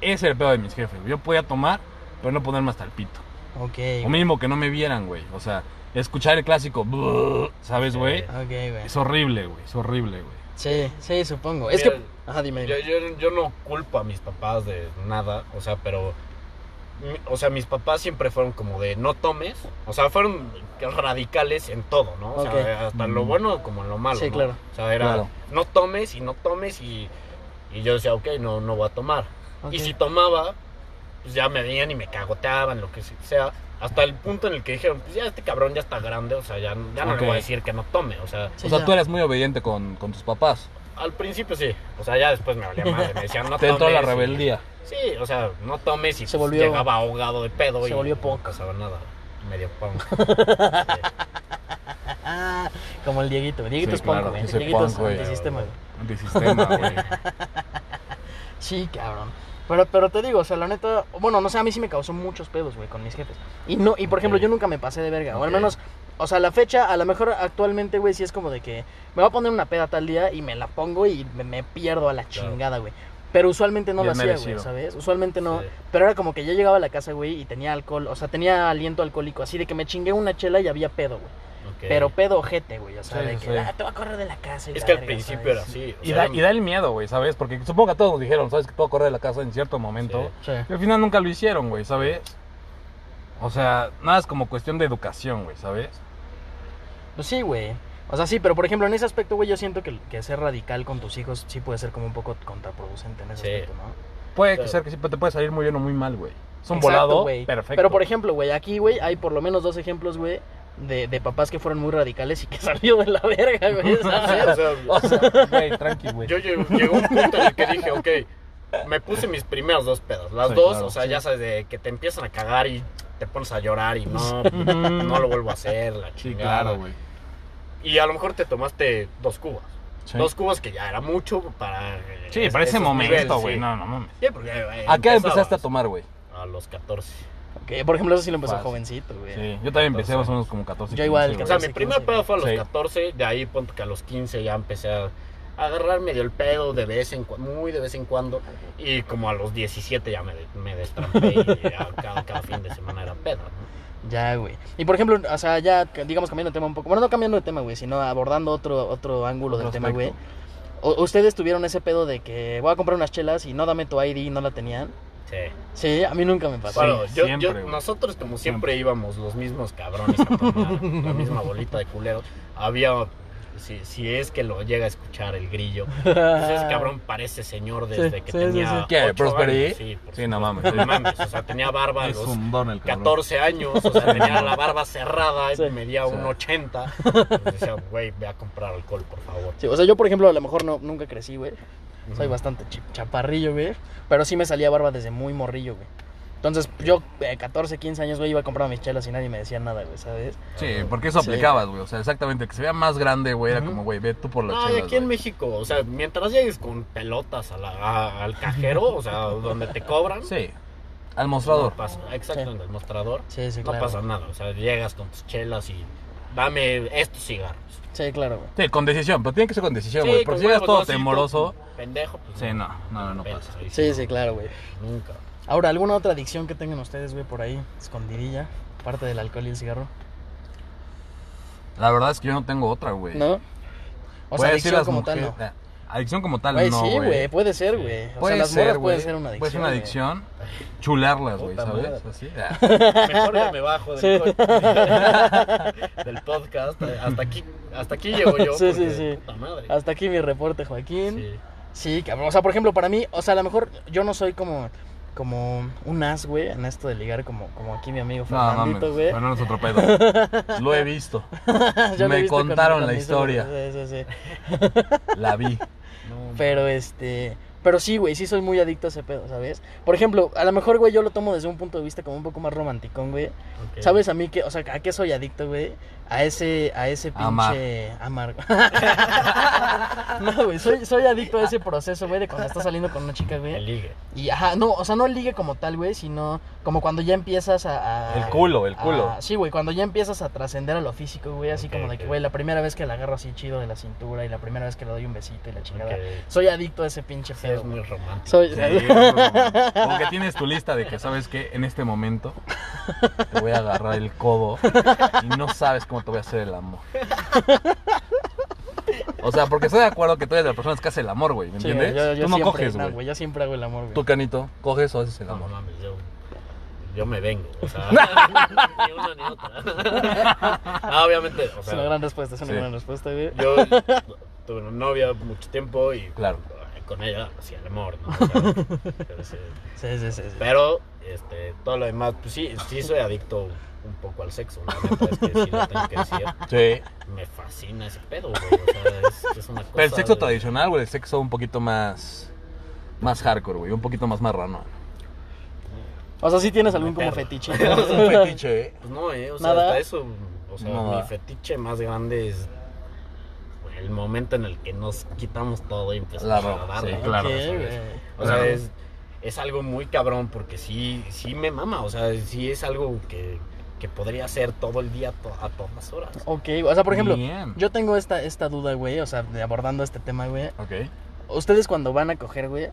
B: Ese era el pedo de mis jefes. güey. Yo podía tomar, pero no ponerme hasta el pito.
A: Ok.
B: O
A: güey.
B: mínimo que no me vieran, güey. O sea, escuchar el clásico, "Bruh", ¿sabes, güey?
A: Ok, güey.
B: Es horrible, güey. Es horrible, güey.
A: Sí, sí, supongo. Es
C: Mira,
A: que. Ajá, dime.
C: Yo,
A: dime.
C: yo, yo no culpo a mis papás de nada, o sea, pero... mi- O sea, mis papás siempre fueron como de no tomes. O sea, fueron radicales en todo, ¿no? O sea, eh,
A: Ok.
C: hasta en lo
B: Mm.
C: bueno como en lo malo.
A: Sí,
C: ¿no?
A: claro.
C: O sea, era
B: Claro.
C: no tomes y no tomes y, y yo decía, ok, no, no voy a tomar.
A: Ok.
C: Y si tomaba, pues ya me veían y me cagoteaban, lo que sea. Hasta el punto en el que dijeron, pues ya este cabrón ya está grande, o sea, ya, ya no
B: Ok.
C: le voy a decir que no tome. O sea,
A: Sí,
B: o sea,
A: ya.
B: tú eras muy obediente con, con tus papás.
C: al principio sí. O sea, ya después me valía madre. Me decían, no
B: Te
C: tomes.
B: entró la
C: y-
B: rebeldía.
C: Sí, o sea, no tomes y
A: Se
C: se
A: volvió-
C: llegaba ahogado de pedo.
A: se
C: y
A: volvió
C: No
A: punk.
C: pasaba nada. Medio punk. Este,
A: Ah, como el Dieguito. Dieguito
B: Sí,
A: es punk,
B: claro,
A: güey.
B: yo soy
A: Dieguito es
B: punk, güey.
A: antisistema, güey.
B: Antisistema, güey.
A: Sí, cabrón. Pero, pero te digo, o sea, la neta, bueno, no sé, a mí sí me causó muchos pedos, güey, con mis jefes. Y no, y por ejemplo,
C: Ok.
A: yo nunca me pasé de verga, o al
C: Ok.
A: menos, o sea, la fecha, a lo mejor actualmente, güey, sí es como de que me voy a poner una peda tal día y me la pongo y me, me pierdo a la
C: Claro.
A: chingada, güey. Pero usualmente no
B: Bien
A: lo hacía, güey,
B: merecido.
A: ¿sabes? Usualmente no.
C: Sí.
A: Pero era como que yo llegaba a la casa, güey, y tenía alcohol, o sea, tenía aliento alcohólico, así de que me chingué una chela y había pedo, güey.
C: Ok.
A: Pero pedo ojete, güey, o sea,
B: Sí,
A: de
B: sí,
A: que
B: sí.
A: "Ah, te voy a correr de la casa. y
C: Es
A: la
C: que al
A: verga",
C: principio
A: ¿sabes?
C: era así. o
B: Y
C: sea,
B: da,
C: era-
B: y da el miedo, güey, ¿sabes? Porque supongo que a todos nos dijeron, ¿sabes? Que todo correr de la casa en cierto momento.
A: Sí.
B: Y al final nunca lo hicieron, güey, ¿sabes? O sea, nada es como cuestión de educación, güey, ¿sabes?
A: Pues sí, güey. O sea, sí, pero por ejemplo, en ese aspecto, güey, yo siento que, que ser radical con tus hijos sí puede ser como un poco contraproducente en ese
C: Sí.
A: aspecto, ¿no?
B: Puede
C: Claro.
B: ser que sí, pero te puede salir muy bien o muy mal, güey. Es un
A: Exacto,
B: volado
A: güey.
B: perfecto.
A: Pero por ejemplo, güey, aquí, güey, hay por lo menos dos ejemplos, güey, de, de papás que fueron muy radicales y que salió de la verga, güey.
C: Sí,
A: ¿sabes?
C: o sea,
B: O sea, güey, tranqui, güey.
C: Yo lle- llegó un punto en el que dije, ok, me puse mis primeros dos pedos. Las
B: Sí,
C: dos,
B: claro.
C: o sea, ya sabes, de que te empiezan a cagar y te pones a llorar y no, no lo vuelvo a hacer, la
B: Sí,
C: chingada.
B: claro, güey.
C: Y a lo mejor te tomaste dos cubas.
B: Sí.
C: Dos cubos que ya era mucho para... eh,
B: Sí,
C: es-
B: para ese
C: esos
B: momento,
C: niveles,
B: güey.
C: sí.
B: No, no mames.
C: Sí, porque, eh,
B: ¿A qué edad empezaste a
C: empezabas?
B: tomar, güey?
C: A los 14.
A: Ok, Por ejemplo, eso sí lo empezó
B: Fácil.
A: jovencito, güey.
B: Sí, yo también empecé
C: Entonces,
B: más o menos como 14.
A: yo igual,
C: O
B: 15,
C: sea,
A: Sí,
C: mi
A: sí,
C: primer
A: sí.
C: pedo fue a los
B: Sí.
C: 14, de ahí ponte que a los 15 ya empecé a agarrar medio el pedo de vez en cuando, muy de vez en cuando, y como a los 17 ya me, de- me destrampé y ya cada, cada fin de semana era pedo. ¿no?
A: Ya, güey. Y por ejemplo, o sea, ya, digamos, cambiando de tema un poco. Bueno, no cambiando de tema, güey, sino abordando otro, otro ángulo
B: Otro
A: del tema,
B: aspecto.
A: güey. O- ¿Ustedes tuvieron ese pedo de que voy a comprar unas chelas y no dame tu ID y no la tenían?
C: Sí.
A: Sí, a mí nunca me pasó.
C: Bueno, yo-
B: siempre,
C: yo-
B: güey.
C: nosotros como siempre íbamos los mismos cabrones a tomar, la misma bolita de culeros. Había, si, si es que lo llega a escuchar el grillo, pues
B: ah.
C: ese cabrón parece señor desde
A: Sí,
C: que
A: sí,
C: tenía
A: sí, sí.
B: ¿Qué,
C: ocho
B: Prosperi?
C: años. Sí, por
B: Sí, no mames.
C: supuesto, no mames, o sea, tenía barba a
B: Es
C: los
B: un don el cabrón.
C: 14 años, o sea, tenía la barba cerrada,
A: Sí.
C: y medía
B: Sí.
C: un 80. Pues decía, güey, ve a comprar alcohol, por favor.
A: Sí, o sea, yo, por ejemplo, a lo mejor no, nunca crecí, güey. Soy bastante chi- chaparrillo, güey. Pero sí me salía barba desde muy morrillo, güey. Entonces, yo, eh, 14, 15 años, güey, iba a comprar mis chelas y nadie me decía nada, güey, ¿sabes?
B: Sí, porque eso
A: Sí.
B: aplicabas, güey. O sea, exactamente. Que se vea más grande, güey. Era
A: Ujú.
B: como, güey, ve tú por la
C: No,
B: chela.
C: y aquí en México, o sea, mientras llegues con pelotas a la- a- al cajero, o sea, donde te cobran,
B: Sí. Al mostrador.
C: No pasa- exacto,
A: Sí.
C: en el mostrador.
A: Sí, sí,
C: no
A: claro.
C: pasa nada. O sea, llegas con tus chelas y dame estos cigarros.
A: Sí, claro, güey.
B: Sí, con decisión. Pero tiene que ser con decisión, güey.
C: Sí,
B: porque
C: con
B: si llegas
C: huevos,
B: todo
C: ¿no? Sí,
B: temoroso.
C: tú, Pendejo, pues.
B: Sí, no, no, no
C: Pelas,
B: pasa.
C: ahí
A: Sí, sí, claro, güey.
C: Nunca.
A: Ahora, ¿alguna otra adicción que tengan ustedes, güey, por ahí, escondidilla? Aparte del alcohol y el cigarro.
B: La verdad es que yo no tengo otra, güey.
A: ¿No? O sea,
B: Puede ser
A: adicción
B: las
A: como tal,
B: mujeres- Adicción como tal,
A: no. Güey,
B: no,
A: sí,
B: güey.
A: güey, puede ser, güey. O sea,
B: Puede
A: las
B: ser,
A: morras
B: güey.
A: pueden ser una adicción.
B: Puede ser una
A: güey.
B: adicción. Chularlas, güey,
C: Puta
B: ¿sabes?
C: madre.
B: Así.
C: Mejor ya me bajo del,
A: Sí.
C: co- del podcast. Hasta aquí, hasta aquí llego yo.
A: Sí, sí,
C: porque,
A: sí.
C: Puta madre.
A: Hasta aquí mi reporte, Joaquín.
C: Sí.
A: Sí, cabrón. O sea, por ejemplo, para mí, o sea, a lo mejor yo no soy como, como un as, güey, en esto de ligar como, como aquí mi amigo
B: No, mames.
A: Fernandito, güey.
B: Pero no es otro pedo. Lo he visto.
A: Yo lo he
B: me
A: visto con-
B: contaron
A: con
B: la
A: mis ojos,
B: historia.
A: Sí, sí, sí.
B: La vi.
C: No,
A: Pero este. Pero sí, güey, sí soy muy adicto a ese pedo, ¿sabes? Por ejemplo, a lo mejor, güey, yo lo tomo desde un punto de vista como un poco más romanticón, güey.
C: ok.
A: ¿Sabes a mí qué? O sea, ¿a qué soy adicto, güey? A ese, a ese
B: Amar.
A: pinche amargo. no, güey, soy, soy adicto a ese proceso, güey, de cuando estás saliendo con una chica, güey.
C: El ligue.
A: Y ajá, no, o sea, no el ligue como tal, güey, sino como cuando ya empiezas a. a-
B: El culo, el culo.
A: a- sí, güey, cuando ya empiezas a trascender a lo físico, güey, así
C: Ok,
A: como de que,
C: ok.
A: güey, la primera vez que la agarro así chido de la cintura y la primera vez que le doy un besito y la chingada.
C: Ok.
A: Soy adicto a ese pinche
C: Sí, es
A: pedo.
C: muy
A: güey.
C: romántico.
A: Soy.
B: Sí, como que tienes tu lista de que sabes que en este momento te voy a agarrar el codo y no sabes cómo te voy a hacer el amor. O sea, porque estoy de acuerdo que tú eres de las personas que hace el amor, güey, ¿me
A: Sí,
B: entiendes?
A: yo- yo
B: tú no
A: siempre-
B: coges,
A: no,
B: güey.
A: güey. Yo siempre hago el amor, güey.
B: tú, canito, coges o haces el
C: No, no
B: amor.
C: mames, yo, yo me vengo. O sea, ni una ni otra. No, obviamente, o
A: Es una
C: sea,
A: gran respuesta, es una
B: Sí.
A: gran respuesta, güey.
C: yo tuve una novia mucho tiempo y
B: Claro.
C: con ella hacía el amor, ¿no? O sea, pero, sí.
A: Sí, sí, sí. sí.
C: Pero, este, todo lo demás, pues sí, sí soy adicto un poco al sexo. La neta es que sí lo tengo que decir.
B: Sí.
C: Me fascina ese pedo, güey. O sea, es, es una
A: Pues,
C: cosa.
B: Pero el sexo
C: de-
B: tradicional, güey, el sexo un poquito más más hardcore, güey, un poquito más marrano.
A: O sea, sí tienes algún como
C: Perro.
A: fetiche.
B: Es un fetiche, ¿eh?
C: Pues no, eh, o sea,
A: Nada.
C: hasta eso, o sea,
B: Nada.
C: mi fetiche más grande es el momento en el que nos quitamos todo y empezamos
B: La ropa,
C: a darle.
B: sí,
C: ¿no?
B: claro,
A: Ok,
C: O sea, es-
A: güey.
C: o sea, es, es algo muy cabrón porque sí, sí me mama, o sea, sí es algo que, que podría hacer todo el día, to- a todas horas.
A: Ok, o sea, por ejemplo,
B: Bien.
A: yo tengo esta, esta duda, güey, o sea, de abordando este tema, güey.
B: Ok.
A: Ustedes cuando van a coger, güey,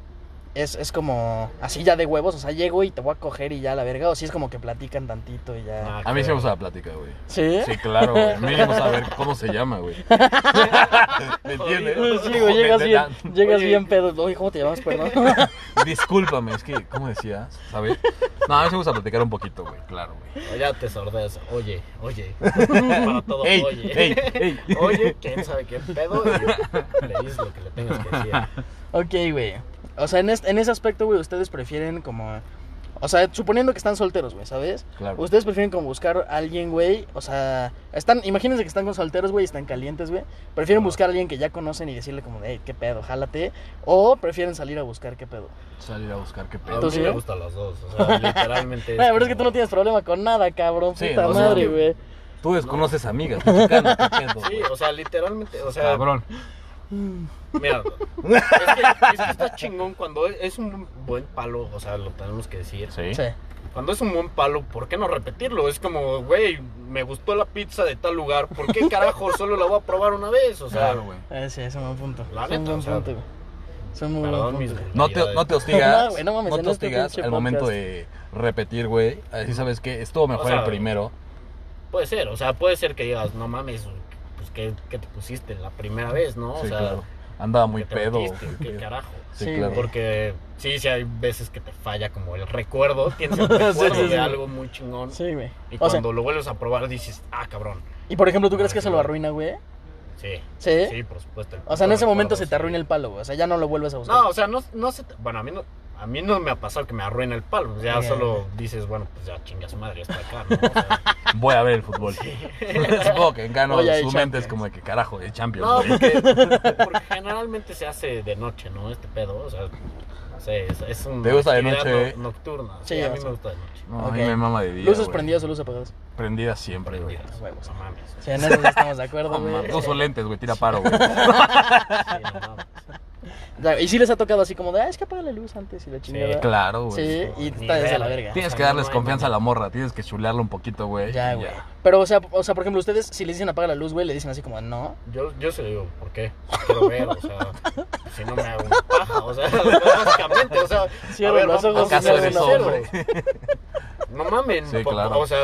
A: es, es como así ya de huevos, o sea, llego y te voy a coger y ya la verga, o si es como que platican tantito y ya.
C: Ah,
B: A mí sí me
C: claro.
B: gusta la plática, güey.
A: ¿Sí?
B: Sí, claro, güey. Mínimo saber cómo se llama, güey. ¿Me entiendes?
A: Pues sí, güey, llegas
B: Me-
A: bien,
B: me-
A: llegas
C: Oye.
A: bien pedo. Oye, ¿cómo te llamas, perdón?
B: Discúlpame, es que, ¿cómo decías? ¿Sabes? No, a mí sí me gusta platicar un poquito, güey, claro, güey.
C: O ya te sordes, oye, oye, para todo,
B: Ey,
C: oye.
B: ey, ey.
C: Oye, quién sabe qué pedo, y le dices lo que le tengas que decir.
A: ok, güey. O sea, en, este- en ese aspecto, güey, ustedes prefieren como... O sea, suponiendo que están solteros, güey, ¿sabes?
B: Claro.
A: Ustedes prefieren como buscar a alguien, güey. O sea, están, imagínense que están con solteros, güey, y están calientes, güey. Prefieren buscar a alguien que ya conocen y decirle como, hey, qué pedo, jálate. O prefieren salir a buscar qué pedo.
B: Salir a buscar qué
C: A
B: pedo.
A: ¿Tú
C: mí
A: sí?
C: me gustan los dos, o sea, literalmente.
A: Ay, pero es que tú
C: como-
A: no tienes problema con nada, cabrón.
B: Sí,
A: puta
B: no, sí,
A: madre,
B: no.
A: güey.
B: Tú desconoces amigas, mexicanas, qué pedo,
C: Sí,
B: güey.
C: o sea, literalmente, o sea,
B: Cabrón.
C: Mira, es que, es que está chingón cuando es- es un buen palo, o sea, lo tenemos que decir.
B: Sí.
A: Sí.
C: Cuando es un buen palo, ¿por qué no repetirlo? Es como, güey, me gustó la pizza de tal lugar, ¿por qué carajo solo la voy a probar una vez? O sea,
B: Claro, güey.
A: Eh, sí, es un buen punto.
C: La
A: es un
C: neta,
A: buen
C: o sea,
A: punto, güey. Es un muy buen
C: perdón
A: punto.
C: mis
B: No te, no te hostigas.
A: No,
B: No,
A: güey, no mames, en este
B: te hostigas
A: pinche
B: al momento
A: podcast.
B: de repetir, güey. Así sabes que estuvo mejor
C: sea,
B: el primero.
C: Puede ser, o sea, puede ser que digas, no mames, pues que, te pusiste la primera vez, ¿no? O
B: sí,
C: sea,
B: claro. Andaba muy
C: ¿qué te
B: pedo.
C: metiste?
B: güey.
C: ¿Qué carajo?
A: Sí,
B: Sí, claro.
A: güey.
C: Porque sí, sí hay veces que te falla como el recuerdo, tienes el recuerdo
A: sí, sí.
C: de algo muy chingón.
A: Sí, güey.
C: Y
A: O sea,
C: cuando lo vuelves a probar dices, ah, cabrón.
A: y por ejemplo, ¿tú crees que se lo arruina, güey?
C: Sí,
A: ¿Sí?
C: sí, por supuesto. el
A: ¿Eh? O sea, en ese
C: recuerdo,
A: momento se
C: sí.
A: te arruina el palo, güey. O sea, ya no lo vuelves a usar.
C: No, o sea, no, no se te- Bueno, a mí no, a mí no me ha pasado que me arruine el palo. Ya
A: Ya.
C: solo dices, bueno, pues ya chingas madre, está acá, ¿no? O sea,
B: Voy a ver el fútbol. Supongo que en Cano
A: Voy a ir
B: su mente
A: Champions.
B: es como de que carajo, es Champions,
C: No,
B: güey.
C: porque, porque generalmente se hace de noche, ¿no? Este pedo, o sea, no sé, es, es un.
B: ¿Te gusta de noche?
C: nocturna. Sí,
A: Sí,
C: a
A: o
C: mí
A: sea.
C: me gusta de noche.
B: No, a
A: Ok.
B: mí me mama de día.
A: ¿Luces
B: güey.
A: prendidas o luces apagadas?
B: Prendidas siempre, güey.
C: Prendidas.
A: Huevos.
C: No mames.
A: O sea, en eso sí estamos de acuerdo,
B: No
A: güey.
B: mames, No son lentes, güey, tira paro, güey.
C: Sí, no mames.
A: Ya, Y sí les ha tocado así como de, ah, es que apaga la luz antes y la chingada.
B: Sí, claro, güey.
A: Sí, y
C: Ni
A: está desde
C: verga.
A: la verga.
B: Tienes
C: O sea,
B: que
C: no
B: darles
C: hay
B: confianza a la morra, tienes que chulearla un poquito, güey.
A: Ya,
B: y
A: güey. Pero, o sea, o sea, por ejemplo, ustedes, si les dicen apaga la luz, güey, le dicen así como, no.
C: Yo, yo se lo digo, ¿por qué? Quiero ver, o sea, si no me hago una paja, o sea, básicamente, o sea,
A: Cierro los
C: vamos-
A: ojos
B: y
C: vamos a
B: cierro
C: ser
B: los
C: sinceros. No mamen,
B: Sí,
C: po-
B: claro.
C: o sea,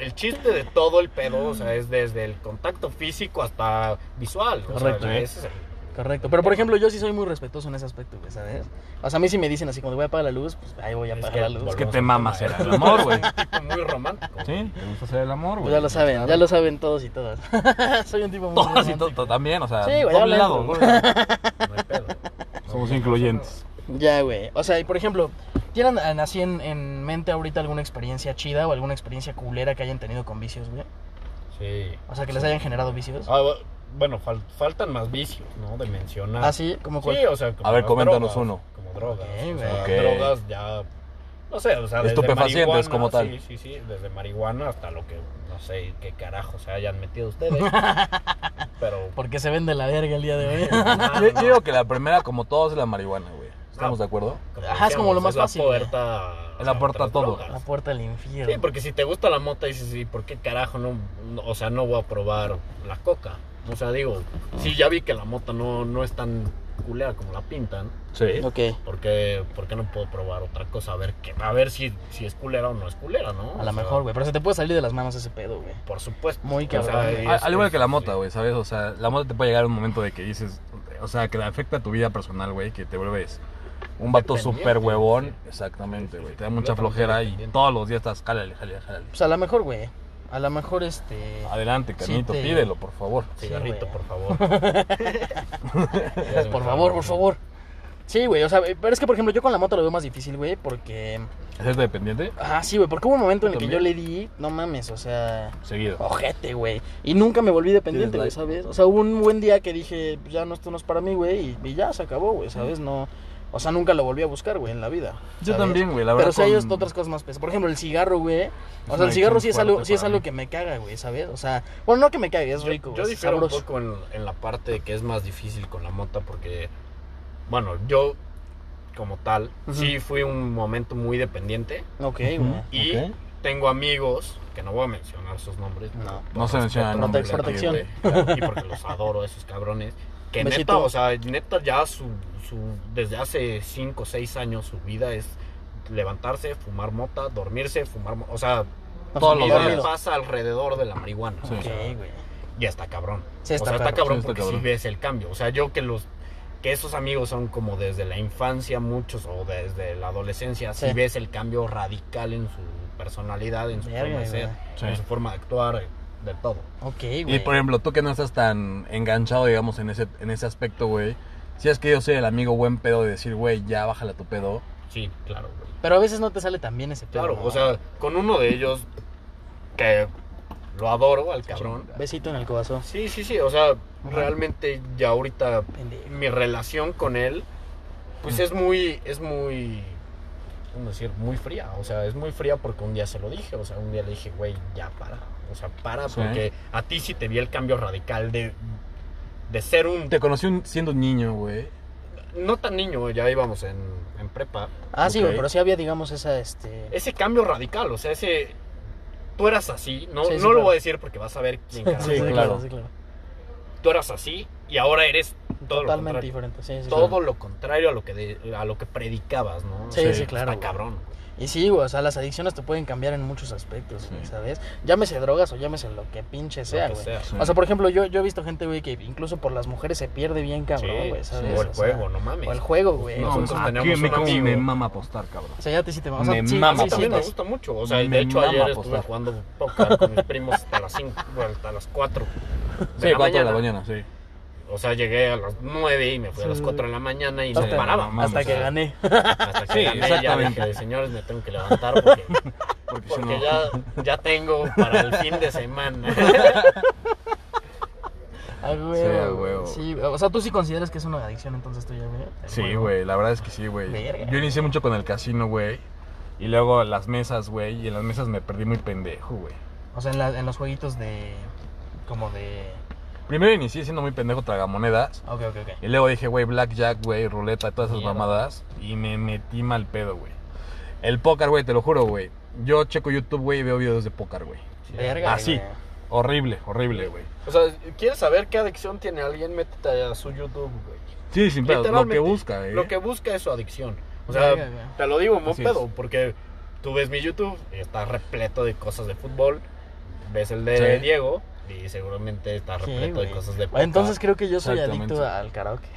C: el chiste de todo el pedo, o sea, es desde el contacto físico hasta visual, o sea,
A: Correcto, ¿eh?
C: ese es el-
A: Correcto. Pero, por ejemplo, yo sí soy muy respetuoso en ese aspecto, güey, ¿sabes? O sea, a mí si me dicen así como, voy a apagar la luz, pues ahí voy a
C: Es
A: apagar
C: que
A: la luz.
B: Es que
C: Volvemos
B: te
C: al
B: mamas
C: tema,
B: el
C: ¿eh?
B: amor, güey.
C: tipo muy romántico.
B: Sí, te gusta hacer el amor, güey.
A: Pues ya lo saben, ya lo saben todos y todas. soy un tipo muy
B: Todos y
A: romántico.
B: todo también, o sea,
A: Sí, güey, ya
B: doble
A: lo
B: lado,
A: entro.
B: doble lado.
C: No hay pedo.
B: Somos incluyentes.
A: Ya, güey. O sea, y por ejemplo, ¿tienen an- así en, en mente ahorita alguna experiencia chida o alguna experiencia culera que hayan tenido con vicios, güey?
C: Sí.
A: O sea, que les hayan generado vicios.
C: Ah, bueno, fal- faltan más vicios, ¿no? De mencionar.
A: Ah, sí, como cuál.
C: Sí, o sea, como
B: A ver,
C: las
B: coméntanos
C: drogas,
B: uno.
C: Como drogas.
A: Ok,
C: o sea,
B: güey. Ok.
C: drogas ya. No sé, o sea, desde
B: Estupefacientes
C: marihuana,
B: como tal.
C: Sí, sí, sí, desde marihuana hasta lo que, no sé, qué carajo se hayan metido ustedes. Pero,
A: Porque se vende la verga el día de hoy.
B: Yo, yo digo que la primera, como todos, es la marihuana, güey. ¿Estamos de acuerdo?
A: Ajá, es como lo
C: decíamos,
A: más fácil,
C: La
A: güey.
C: puerta,
B: Es la puerta a
C: otras
B: todo.
A: La
C: drogas.
A: puerta del infierno.
C: Sí, porque si te gusta la mota, dices, sí, por qué carajo no, no- O sea, no voy a probar la coca. O sea, digo, sí, ya vi que la mota no, no es tan culera como la pintan.
B: Sí.
A: Ok.
C: ¿Por qué, por qué no puedo probar otra cosa? A ver, que, a ver si, si es culera o no es culera, ¿no?
A: A lo
C: O sea,
A: mejor, güey. Pero se te puede salir de las manos ese pedo, güey.
C: Por supuesto.
A: Muy
C: O
A: cabrón.
C: sea,
A: Al-
C: es-
B: Al igual que la
C: es-
B: mota,
C: sí.
B: güey, ¿sabes? O sea, la mota te puede llegar un momento de que dices, o sea, que afecta tu vida personal, güey, que te vuelves un vato
C: Dependiente,
B: súper
C: sí.
B: huevón. Exactamente, güey. Te da mucha
C: Completamente
B: flojera y
C: dependiente.
B: todos los días estás, jálale, jálale, jálale.
A: Pues a lo mejor, güey. A lo mejor este.
B: Adelante,
A: Sí,
B: canito,
A: te-
B: pídelo, por favor.
C: Cigarrito,
A: güey.
C: por favor.
A: Por favor, por favor. Sí, güey. O sea, pero es que, por ejemplo, yo con la moto lo veo más difícil, güey. Porque.
B: ¿Hacerte dependiente?
A: Ah, sí, güey. Porque hubo un momento en el que yo
B: También.
A: le di. No mames, o sea.
B: Seguido.
A: Ojete, güey. Y nunca me volví dependiente, güey,
B: Tienes
A: ¿sabes? O sea, hubo un buen día que dije, "Pues, ya no, esto no es para mí, güey. Y, y ya se acabó, güey, ¿sabes? No. O sea, nunca lo volví a buscar, güey, en la vida.
B: Yo
A: ¿sabes?
B: también, güey, la
A: Pero
B: verdad.
A: o sea, hay
B: con-
A: otras cosas más pesadas. Por ejemplo, el cigarro, güey. ¿eh? O sea,
B: una
A: el cigarro sí es
B: adicción
A: algo,
B: fuerte
A: sí es
B: para
A: algo
B: mí.
A: que me caga, güey, ¿sabes? O sea, bueno, no que me cague, es
C: Yo-
A: rico, güey,
C: Yo,
A: es
C: difiero un
A: sabroso.
C: poco en, en la parte de que es más difícil con la mota porque, bueno, yo como tal,
A: Ujú.
C: sí fui un momento muy dependiente
A: Ok, güey.
B: Ujú.
C: y
B: Ok.
C: tengo amigos, que no voy a mencionar sus nombres,
A: No.
B: No se menciona
A: Prote-
B: nombres aquí,
A: protección.
B: güey.
C: y porque los adoro esos cabrones. Que
A: Besito.
C: neta, o sea, neta ya su, su desde hace 5 o 6 años su vida es levantarse, fumar mota, dormirse, fumar, mo- o sea,
A: No,
B: Todos
A: sí,
B: los
C: todo
A: dormido.
B: días.
C: pasa alrededor de la marihuana.
B: Sí.
C: O
A: Ok,
C: sea,
A: güey.
C: ya está cabrón.
A: Sí, está
C: o sea, está
A: perro,
C: cabrón
B: sí está
C: porque
B: cabrón.
C: si ves el cambio. O sea, yo que los que esos amigos son como desde la infancia muchos o desde la adolescencia,
A: Sí.
C: si ves el cambio radical en su personalidad, en su
A: Verga,
C: forma de
A: güey.
C: ser,
B: Sí.
C: en su forma de actuar, eh, de todo.
A: Ok,
B: Y
A: güey.
B: por ejemplo, tú que no estás tan enganchado, digamos, en ese, en ese aspecto, güey. Si es que yo soy el amigo buen pedo de decir, güey, ya bájala tu pedo.
C: Sí, claro, güey.
A: Pero a veces no te sale tan bien ese pedo.
C: Claro,
A: ¿no?
C: o sea, con uno de ellos que lo adoro al cabrón.
A: Besito en el corazón.
C: Sí, sí, sí, o sea, realmente ya ahorita
A: Pendejo.
C: mi relación con él pues es muy es muy ¿cómo decir? Muy fría, o sea, es muy fría porque un día se lo dije, o sea, un día le dije, "Güey, ya para." O sea, para
B: Sí.
C: porque a ti sí te vi el cambio radical de de ser un...
B: Te conocí un- siendo un niño, güey.
C: No tan niño, ya íbamos en, en prepa.
A: Ah, sí,
B: Ok.
A: güey, pero sí había, digamos, esa, este...
C: Ese cambio radical, o sea, ese... Tú eras así, no,
A: Sí, sí,
C: no lo
A: claro.
C: voy a decir porque vas a ver quién carajo
B: Sí,
C: es.
B: claro.
C: Tú eras así y ahora eres todo
A: Totalmente
C: lo contrario.
A: diferente, sí, sí.
C: Todo lo contrario a lo que, de- a lo que predicabas, ¿no? O
A: Sí,
C: sea,
A: sí, claro,
C: Está
A: güey.
C: cabrón. güey.
A: Y sí, güey, o sea, las adicciones te pueden cambiar en muchos aspectos, güey,
B: Sí.
A: ¿sabes? Llámese drogas o llámese lo que pinche sea,
C: Lo que
A: güey.
C: sea.
A: O sea, por ejemplo, yo, yo he visto gente, güey, que incluso por las mujeres se pierde bien cabrón,
C: Sí,
A: güey,
C: sí.
A: ¿sabes?
C: O el
A: sea,
C: juego, no mames.
A: O el juego, güey.
C: No,
A: Entonces,
C: mames.
A: o
C: tenemos
B: Aquí
C: un
B: me, como
C: amigo.
B: me mama apostar, cabrón.
A: sea, ya te sí te o sea,
B: Me
A: sí,
B: mama
A: sí, pues. sí,
C: también
A: sí,
C: me gusta mucho. O sea,
B: Me
C: de hecho, ayer
B: mama
C: estuve
B: apostar.
C: jugando póker con mis primos hasta las 5, hasta las 4.
B: Sí, 4 de la mañana, sí.
C: O sea, llegué a las 9 y me fui a las 4 de la mañana y no
A: Hasta-
C: paraba.
B: no mames.
A: Hasta que gané.
C: Hasta que
B: Sí,
C: gané, ya
B: exactamente.
C: dije, señores, me tengo que levantar porque,
B: Porque, si
C: porque
B: no-
C: ya, ya tengo para el fin de semana.
A: A huevo.
B: Sí, a
A: güey.
B: huevo.
A: Sí, o sea, tú sí consideras que es una adicción entonces tuya, güey. El
B: Sí,
A: juego.
B: güey, la verdad es que sí, güey.
A: Verga.
B: Yo inicié mucho con el casino, güey. Y luego las mesas, güey. Y en las mesas me perdí muy pendejo, güey.
A: O sea, en, la- en los jueguitos de. Como de.
B: Primero inicié siendo muy pendejo tragamonedas.
A: Ok, ok, ok.
B: Y luego dije, güey, blackjack, güey, ruleta, todas esas
A: Mierda.
B: mamadas. Y me metí mal pedo, güey. El póker, güey, te lo juro, güey. Yo checo YouTube, güey, y veo videos de póker, güey.
A: Verga.
B: Ah, sí.
A: güey.
B: Horrible, horrible, güey.
C: O sea, ¿quieres saber qué adicción tiene alguien? Métete a su YouTube, güey.
B: Sí, sin pedo. Lo
C: Literalmente,
B: que busca, eh.
C: Lo que busca es su adicción. O sea,
A: Verga, güey.
C: te lo digo en buen
B: Así
C: pedo, porque tú ves mi YouTube y está repleto de cosas de fútbol, ves el de
B: Sí.
C: Diego y seguramente está
A: Sí,
C: repleto de
A: güey.
C: cosas de puta.
A: Entonces creo que yo soy
B: Exactamente.
A: adicto al karaoke.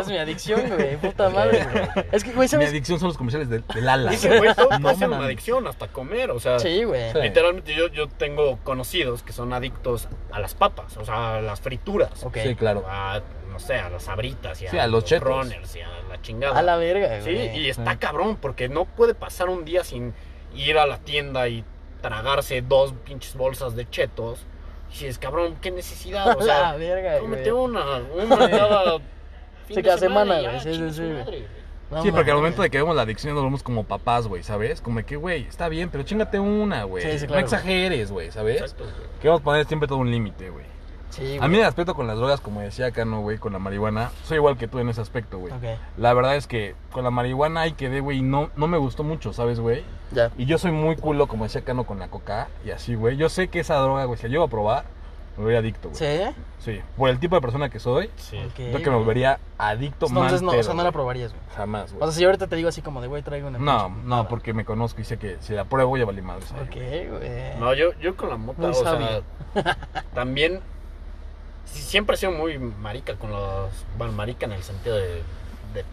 A: es mi adicción, güey. Puta madre, güey. Es que, güey,
B: Mi
A: ¿sabes?
B: adicción son los comerciales del, del ala.
C: Dice, güey, todo puede ser una
B: mames.
C: adicción hasta comer, o sea,
A: Sí, güey.
B: Sí.
C: literalmente yo, yo tengo conocidos que son adictos a las papas, o sea, a las frituras,
A: Ok. Ah,
B: Sí, claro.
C: a, no sé, a las sabritas y a,
B: Sí, a los chetos.
C: runners y a la chingada.
A: A la verga,
C: Sí,
A: güey.
C: y está
B: Sí.
C: cabrón, porque no puede pasar un día sin ir a la tienda y tragarse dos pinches bolsas de chetos. Y es cabrón, qué necesidad, o
A: a la
C: sea,
A: verga, Ah, güey.
C: cómete una, una cada fin
A: Sí,
C: de
A: cada semana,
C: y ya,
A: güey, sí, sí,
C: chingue
A: sí,
C: su
A: güey.
C: madre, güey.
A: No
B: Sí, porque
A: mames.
B: al momento de que vemos la adicción nos vemos como papás, güey, ¿sabes? Como de que, güey, está bien, pero chingate una, güey.
A: Sí, sí, claro.
B: No exageres, güey, ¿sabes?
C: Exacto, güey.
B: Queremos poner siempre todo un límite, güey.
A: Sí,
B: A mí en el aspecto con las drogas, como decía Cano, güey, con la marihuana, soy igual que tú en ese aspecto, güey.
A: Ok,
B: La verdad es que con la marihuana ahí quedé, güey, y no, no me gustó mucho, ¿sabes, güey?
A: ya.
B: Y yo soy muy culo, como decía Cano, con la coca y así, güey. Yo sé que esa droga, güey, si la llevo a probar, me volvería adicto, güey.
A: ¿Sí?
B: Sí. Por el tipo de persona que soy,
C: Sí.
A: Ok,
B: yo que me
A: güey.
B: volvería adicto más.
A: Entonces, no, o sea, no la probarías, güey.
B: Jamás, güey.
A: O sea, si ahorita te digo así como de, güey, traigo una.
B: No,
A: pinche-
B: no, porque me conozco y sé que si la pruebo ya valí madre. ¿sabes?
A: Ok, güey.
C: No, yo, yo con la mota,
A: Muy
C: o sea,
A: sabio.
C: también sí, siempre he sido muy marica con los, bueno, marica en el sentido de, de-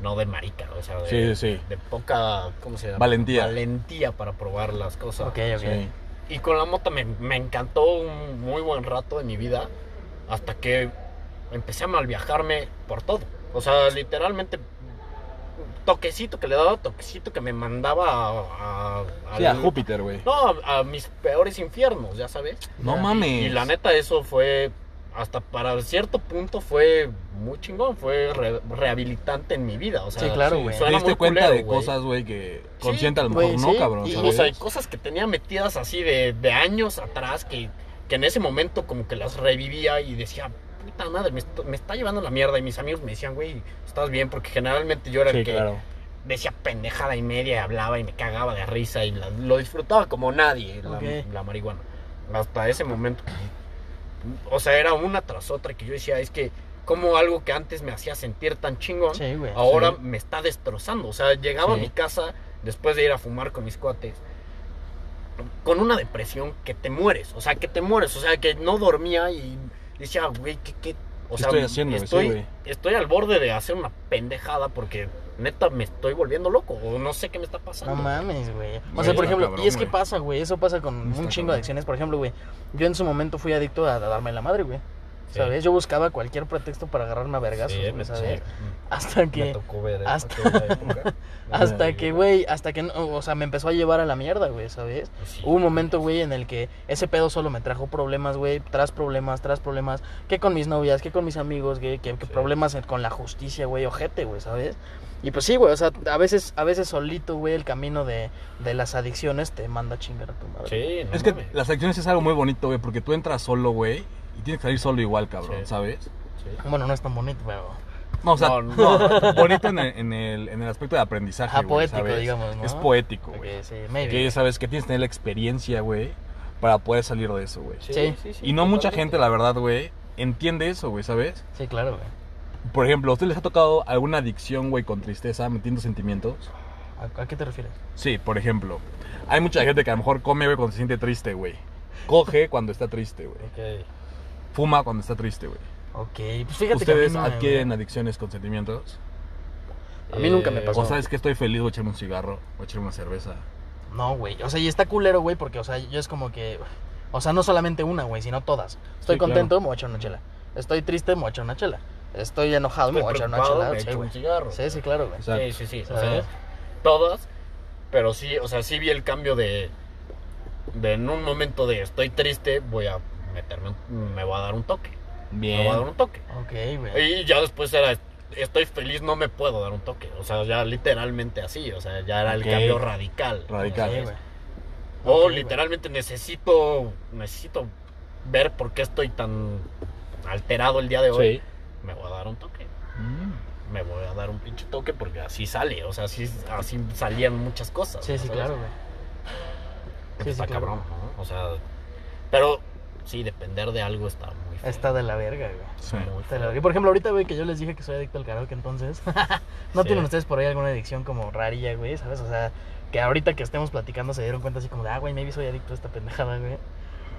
C: no de marica, o sea, de,
B: Sí, sí, sí.
C: de poca, ¿cómo se llama?
B: Valentía.
C: Valentía para probar las cosas.
A: Ok, ok.
B: Sí.
C: Y con la mota me, me encantó un muy buen rato de mi vida hasta que empecé a malviajarme por todo. O sea, literalmente toquecito que le daba, toquecito que me mandaba a... a-
B: Sí, a
C: al-
B: Júpiter, güey.
C: No, a, a mis peores infiernos, ya sabes.
B: No
A: Y-
B: mames.
C: Y la neta eso fue, hasta para cierto punto fue muy chingón, fue re- rehabilitante en mi vida. O sea,
A: Sí, claro, güey.
B: Te
C: suena
B: diste
C: muy
B: cuenta
C: culero,
B: de
C: güey.
B: cosas, güey, que
C: Pues Sí,
B: consciente a lo
A: güey,
B: mejor no,
A: sí.
B: cabrón,
A: Y-
C: O
B: ¿sabes?
C: sea, hay cosas que tenía metidas así de, de años atrás que, que en ese momento como que las revivía y decía, puta madre, me, est- me está llevando la mierda. Y mis amigos me decían, güey, estás bien, porque generalmente yo era
B: sí,
C: el que
B: claro.
C: decía pendejada y media, y hablaba y me cagaba de risa y la- lo disfrutaba como nadie, la,
A: Ok.
C: la marihuana. Hasta ese momento, o sea, era una tras otra que yo decía, es que como algo que antes me hacía sentir tan chingón,
A: Sí, güey.
C: Ahora
B: Sí.
C: me está destrozando. O sea, llegaba
B: Sí.
C: a mi casa después de ir a fumar con mis cuates con una depresión que te mueres. O sea, que te mueres. O sea, que no dormía y decía, güey, ¿qué, qué? O
B: ¿Qué
C: sea,
B: estoy haciendo, güey? Sí,
C: estoy,
B: güey.
C: estoy al borde de hacer una pendejada porque neta me estoy volviendo loco. O no sé qué me está pasando.
A: No mames, güey. O
B: Güey,
A: sea, por
B: está
A: ejemplo,
B: cabrón,
A: y es que
B: güey.
A: pasa, güey. Eso pasa con
B: Está
A: un chingo
B: cabrón.
A: de acciones. Por ejemplo, güey, yo en su momento fui adicto a, a darme la madre, güey.
C: Sí.
A: ¿Sabes? Yo buscaba cualquier pretexto para agarrarme a vergazos,
C: Sí,
A: güey,
C: me-
A: ¿sabes?
C: sí.
A: Hasta
C: Me
A: que,
C: tocó ver
A: hasta-
C: aquella época.
A: hasta que, güey, hasta que, no- o sea, me empezó a llevar a la mierda, güey, ¿sabes?
C: Sí.
A: Hubo un momento, güey, en el que ese pedo solo me trajo problemas, güey, tras problemas, tras problemas, que con mis novias, que con mis amigos, güey, que, que
C: Sí.
A: problemas en- con la justicia, güey, ojete, güey, ¿sabes? Y pues sí, güey, o sea, a veces, a veces solito, güey, el camino de, de las adicciones te manda a chingar a tu madre.
C: Sí, no
B: Es que
C: mames.
B: las adicciones es algo muy bonito, güey, porque tú entras solo, güey, Y tienes que salir solo igual, cabrón,
C: Sí.
B: ¿sabes?
A: Bueno, no es tan bonito, pero.
B: No, o sea,
C: No,
B: no,
C: no.
B: bonito en el, en el- en el aspecto de aprendizaje.
A: Ah,
B: güey,
A: poético,
B: ¿sabes?
A: digamos, ¿no?
B: Es poético, güey.
A: Ok, sí,
B: Que
A: maybe.
B: ya sabes que tienes que tener la experiencia, güey, para poder salir de eso, güey.
A: Sí.
B: y no mucha gente, la verdad, güey, entiende eso, güey, ¿sabes?
A: Sí, claro, güey.
B: Por ejemplo, ¿a ustedes les ha tocado alguna adicción, güey, con tristeza, metiendo sentimientos?
A: ¿A, a qué te refieres?
B: Sí, por ejemplo, hay mucha gente que a lo mejor come, güey, cuando se siente triste, güey. Coge cuando está triste, güey.
C: Ok.
B: Fuma cuando está triste, güey.
A: Ok, pues fíjate que. a mí
B: ¿Ustedes
A: no me-
B: adquieren adicciones con sentimientos?
A: A mí nunca me
C: Eh,
A: pasó.
B: ¿O sabes que estoy feliz, voy a echarme un cigarro, voy a echarme una cerveza?
A: No, güey. O sea, y está culero, güey, porque, o sea, yo es como que. O sea, no solamente una, güey, sino todas. Estoy
B: Sí,
A: contento, me voy a echar una chela. Estoy triste, me voy a echar una chela. Estoy enojado, me voy
C: Estoy
A: a echar una
C: preocupado,
A: chela.
C: me
A: sí,
C: echo un
A: güey.
C: cigarro.
A: Sí, sí, claro, güey.
B: O sea,
C: sí, sí, sí. O
A: Ah.
C: sea, todas, pero sí, o sea, sí vi el cambio de, de en un momento de estoy triste, voy a meterme, un- me voy a dar un toque. Me voy a dar
B: bien.
C: un toque.
A: Ok, güey.
C: Y ya después era, estoy feliz, no me puedo dar un toque. O sea, ya literalmente así, o sea, ya era el
B: Ok.
C: cambio radical.
B: Radical.
A: Sí, güey.
C: O
A: Ok, güey.
C: literalmente necesito, necesito ver por qué estoy tan alterado el día de hoy.
B: Sí.
C: Me voy a dar un toque.
B: Mm.
C: me voy a dar un pinche toque porque así sale, o sea, así, así salían muchas cosas.
A: Sí, sí,
C: ¿sabes?
A: claro, güey. Sí, sí,
C: Este está
A: claro.
C: cabrón, ¿no? O sea, pero sí, depender de algo está muy feo.
A: Está de la verga, güey.
B: Sí.
C: muy
A: Está de la
C: feo.
A: verga. Y por ejemplo, ahorita, güey, que yo les dije que soy adicto al karaoke, entonces. ¿No
C: Sí.
A: tienen ustedes por ahí alguna adicción como rarilla, güey? ¿Sabes? O sea, que ahorita que estemos platicando se dieron cuenta así como de, ah, güey, maybe soy adicto a esta pendejada, güey.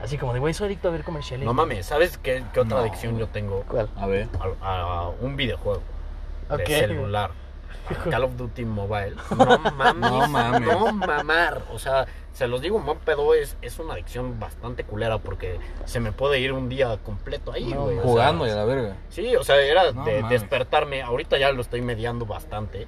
A: Así como de, güey, soy adicto a ver comerciales.
C: No
A: güey.
C: mames, ¿sabes qué, qué otra
B: No.
C: adicción yo tengo?
A: ¿Cuál?
B: A ver.
C: A, a un videojuego
A: Ok.
C: de celular. a Call of Duty Mobile. No mames.
B: No mames.
C: no mamar. O sea, se los digo, man, pedo es, es una adicción bastante culera porque se me puede ir un día completo ahí,
A: No,
C: güey. o sea,
B: Jugando y a la verga.
C: Sí, o sea, era
B: No
C: de
B: mames.
C: despertarme. Ahorita ya lo estoy mediando bastante.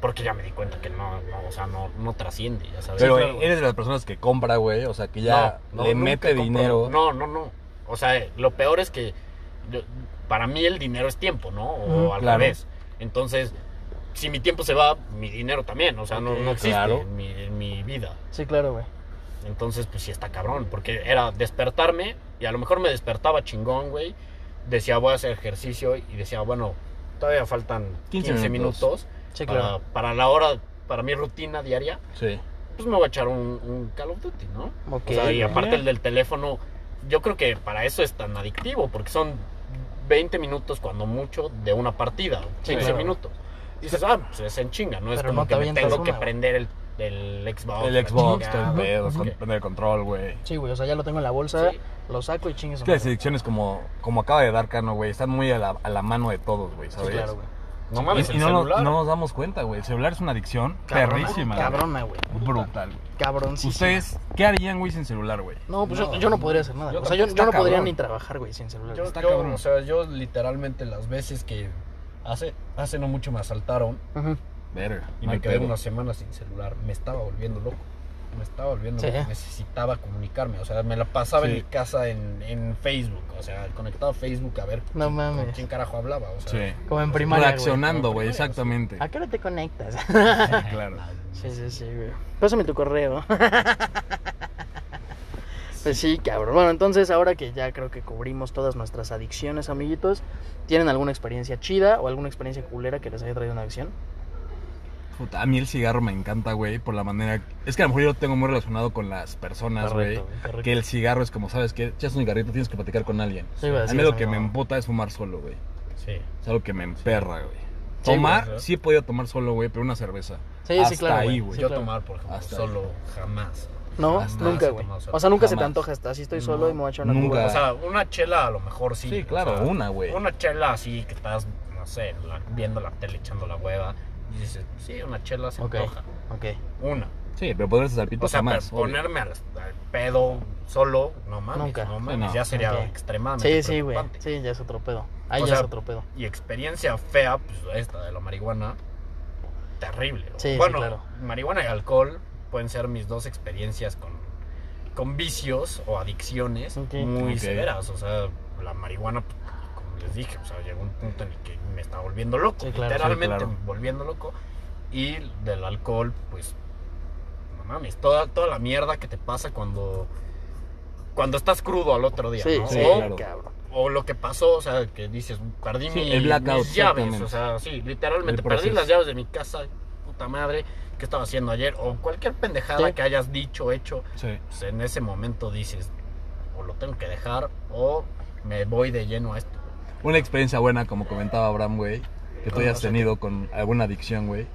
C: Porque ya me di cuenta que no, no, o sea, no, no trasciende, ya sabes.
B: Pero
C: Sí,
B: eh, eres de las personas que compra, güey. O sea, que ya
C: No, no,
B: le
C: nunca
B: mete
C: compro-
B: dinero.
C: No, no, no. O sea, eh, lo peor es que yo- para mí el dinero es tiempo, ¿no? O
A: Ujú.
C: al
B: Claro.
C: revés. Entonces, si mi tiempo se va, mi dinero también. O sea, no, no
A: Ok,
C: existe
B: claro.
C: en, mi, en mi vida.
A: Sí, claro, güey.
C: Entonces, pues sí está cabrón, porque era despertarme y a lo mejor me despertaba chingón, güey. Decía, voy a hacer ejercicio y decía, bueno, todavía faltan 15,
B: 15
C: minutos,
B: minutos.
A: Sí,
C: para,
A: claro.
C: para la hora, para mi rutina diaria,
B: Sí.
C: pues me voy a echar un, un Call of Duty, ¿no?
A: Ok.
C: O sea, y
B: güey.
C: aparte el del teléfono, yo creo que para eso es tan adictivo, porque son 20 minutos cuando mucho de una partida,
A: Sí,
C: 15
A: claro.
C: minutos. Y dices, ah, pues es en chinga, no es
A: Pero
C: como
A: no te
C: que me
A: avientas
C: tengo que
A: una, güey.
C: prender el, el Xbox. la
B: El Xbox, todo
C: chingada,
B: el pedo,
C: ¿no?
B: con- prender el control, güey.
A: Sí, güey, o sea, ya lo tengo en la bolsa,
C: Sí.
A: lo saco y chingues.
B: Es que las adicciones, como, como acaba de dar Cano, güey, están muy a la, a la mano de todos, güey,
A: Sí,
B: ¿sabes?
A: claro, güey.
C: No
B: Y-
C: mames,
B: y
C: el
B: no, nos-
C: celular.
B: no nos damos cuenta, güey. El celular es una adicción
A: Cabrona,
B: perrísima. güey.
A: Cabrona, güey.
B: Brutal, güey.
A: Cabrón, sí.
B: ¿Ustedes qué harían, güey, sin celular, güey?
A: No, pues
C: No,
A: yo, yo no podría hacer nada.
B: yo
A: o sea, yo,
B: tampoco,
A: yo no
B: está
A: podría
B: cabrón.
A: ni trabajar, güey, sin celular.
C: Yo,
A: güey.
B: Está
C: yo,
B: cabrón.
C: o sea, yo literalmente las veces que hace, hace no mucho me asaltaron
A: Ujú.
B: Verga.
C: y
B: no
C: me
B: hay
C: quedé
B: pedo.
C: una semana sin celular, me estaba volviendo loco. Me estaba volviendo
A: Sí.
C: loco. Necesitaba comunicarme. O sea, me la pasaba en
B: Sí.
C: mi casa en, en Facebook. O sea, conectado a Facebook a ver
A: No
C: quién-
A: mames.
C: con quién carajo hablaba. O sea,
B: Sí.
A: Como en primaria. güey.
B: Reaccionando, güey,
C: Primaria, Ah, sí.
B: exactamente.
A: ¿A qué hora te conectas?
B: Claro.
A: sí, sí, sí, güey. Pásame tu correo. pues sí, cabrón. Bueno, entonces ahora que ya creo que cubrimos todas nuestras adicciones, amiguitos, ¿tienen alguna experiencia chida o alguna experiencia culera que les haya traído una adicción?
B: Puta, a mí el cigarro me encanta, güey, por la manera. Es que a lo mejor yo lo tengo muy relacionado con las personas, güey.
A: Correcto, güey, correcto.
B: Que el cigarro es como, ¿sabes qué? Echas un cigarrito, tienes que platicar con alguien.
A: Sí, güey,
B: a
A: así
B: mí
A: es,
B: lo que me
A: amigo.
B: emputa es fumar solo, güey.
C: Sí.
B: Es algo que me emperra, güey.
A: güey,
B: Tomar,
C: ¿verdad?
B: sí he podido tomar solo, güey, pero una cerveza.
A: Sí, sí,
B: Hasta
A: claro,
B: ahí,
A: güey.
B: güey.
A: Sí,
C: Yo
A: claro.
C: tomar, por ejemplo,
B: Hasta ahí.
C: solo jamás.
A: No,
B: Jamás
A: nunca,
C: he
A: güey.
C: tomado solo.
A: O sea, nunca se te
B: Jamás.
A: antoja hasta así estoy solo y me voy a echar una
B: Nunca.
A: cuba.
B: Ah.
C: O sea, una chela a lo mejor sí.
B: Sí,
C: o
B: claro,
C: sea,
B: una, güey.
C: Una chela así que estás, no sé, la- viendo la tele echando la hueva. Y dices, sí, una chela se
A: Ok.
C: antoja.
A: Ok.
C: Una.
B: Sí, pero poderse salpito
C: O sea,
B: jamás.
C: pero
B: obvio.
C: ponerme al, al pedo solo, no mames.
A: Nunca.
C: No mames,
B: Sí, no.
C: ya sería
A: Ok.
C: extremadamente.
A: Sí, sí, güey.
C: preocupante.
A: Sí, ya es otro pedo. Ahí
C: O
A: ya es
C: sea,
A: otro pedo.
C: Y experiencia fea, pues esta de la marihuana, terrible.
A: Sí, sí,
C: bueno,
A: claro.
C: marihuana y alcohol pueden ser mis dos experiencias con, con vicios o adicciones
A: Ok.
C: muy
B: Ok.
C: severas. O sea, la marihuana, pues, como les dije, o sea, llegó un punto en el que me estaba volviendo loco,
A: Sí, claro, sí,
C: literalmente
B: claro.
C: volviendo loco. Y del alcohol, pues, no mames, toda, toda la mierda que te pasa cuando, cuando estás crudo al otro día.
A: Sí,
C: ¿no?
A: sí,
C: O
B: claro.
A: cabrón.
C: o lo que pasó, o sea, que dices, perdí
B: Sí,
C: mi-
B: el blackout,
C: mis llaves,
B: exactamente.
C: o sea, sí,
B: El
C: literalmente,
B: proceso.
C: perdí las llaves de mi casa, puta madre, ¿qué estaba haciendo ayer? O cualquier pendejada
A: Sí.
C: que hayas dicho, hecho,
B: Sí.
C: pues en ese momento dices, o lo tengo que dejar, o me voy de lleno a esto.
B: Una experiencia buena, como comentaba Abraham, güey, que tú
C: Ah,
B: hayas
C: o sea,
B: tenido con alguna adicción, güey.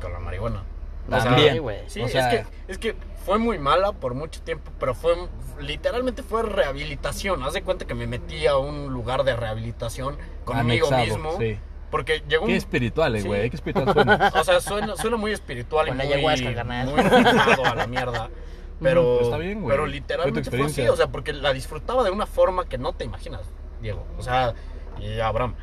C: con la marihuana.
A: O sea,
B: También.
A: sí, güey.
C: Sí,
B: O sea-
C: es, que, es que fue muy mala por mucho tiempo, pero fue literalmente fue rehabilitación. Haz de cuenta que me metí a un lugar de rehabilitación conmigo
B: Anexado,
C: mismo.
B: Sí.
C: Porque llegó un...
B: Qué espirituales,
C: Sí.
B: güey. Qué espiritual suena.
C: O sea, suena, suena muy espiritual
A: Con la
C: y muy,
A: ayahuasca, carnal.
C: muy fumado a la mierda. Pero,
B: Pues está bien, güey.
C: pero
B: Fue tu
C: literalmente fue así,
B: experiencia.
C: o sea, porque la disfrutaba de una forma que no te imaginas, Diego. O sea, y Abraham.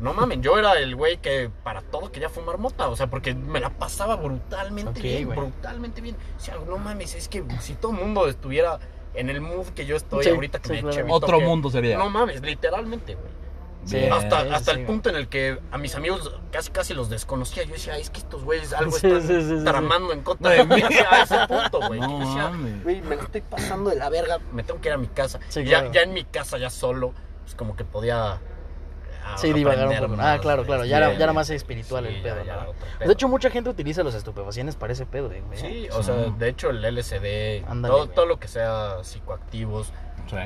C: No mames, yo era el güey que para todo quería fumar mota, o sea, porque me la pasaba brutalmente
A: Ok,
C: bien,
A: güey.
C: brutalmente bien. O sea, no mames, es que si todo el mundo estuviera en el mood que yo estoy
A: Sí,
C: ahorita que
A: sí,
C: me
A: claro.
C: eché mi
B: Otro
C: toque,
B: mundo sería.
C: No mames, literalmente, güey.
A: Sí.
B: Bien.
A: Ah,
C: Hasta,
A: sí,
C: hasta
A: sí,
C: el
A: güey.
C: punto en el que a mis amigos casi casi los desconocía. Yo decía, es que estos güeyes algo
A: Sí,
C: están
A: sí, sí, sí.
C: tramando en contra de mí. A ese punto, güey.
B: No
C: Yo decía,
B: mames.
C: güey, me la estoy pasando de la verga. Me tengo que ir a mi casa.
A: Sí,
C: Y
A: claro.
C: ya, ya en mi casa, ya solo, pues como que podía. a-
A: Sí, divagar un
C: aprender
A: poco. Ah,
C: más
A: claro,
C: de-
A: claro. Ya era,
B: bien,
A: ya era
B: bien.
A: más espiritual
C: Sí,
A: el
C: ya-
A: pedo.
C: ya
A: ¿no?
C: era otro
A: De
C: pedo.
A: hecho, mucha gente utiliza los estupefacientes para ese pedo, güey.
C: Sí, o sea, de hecho, el LSD,
A: Ándale,
C: todo,
A: güey.
C: todo lo que sea psicoactivos,
B: Sí.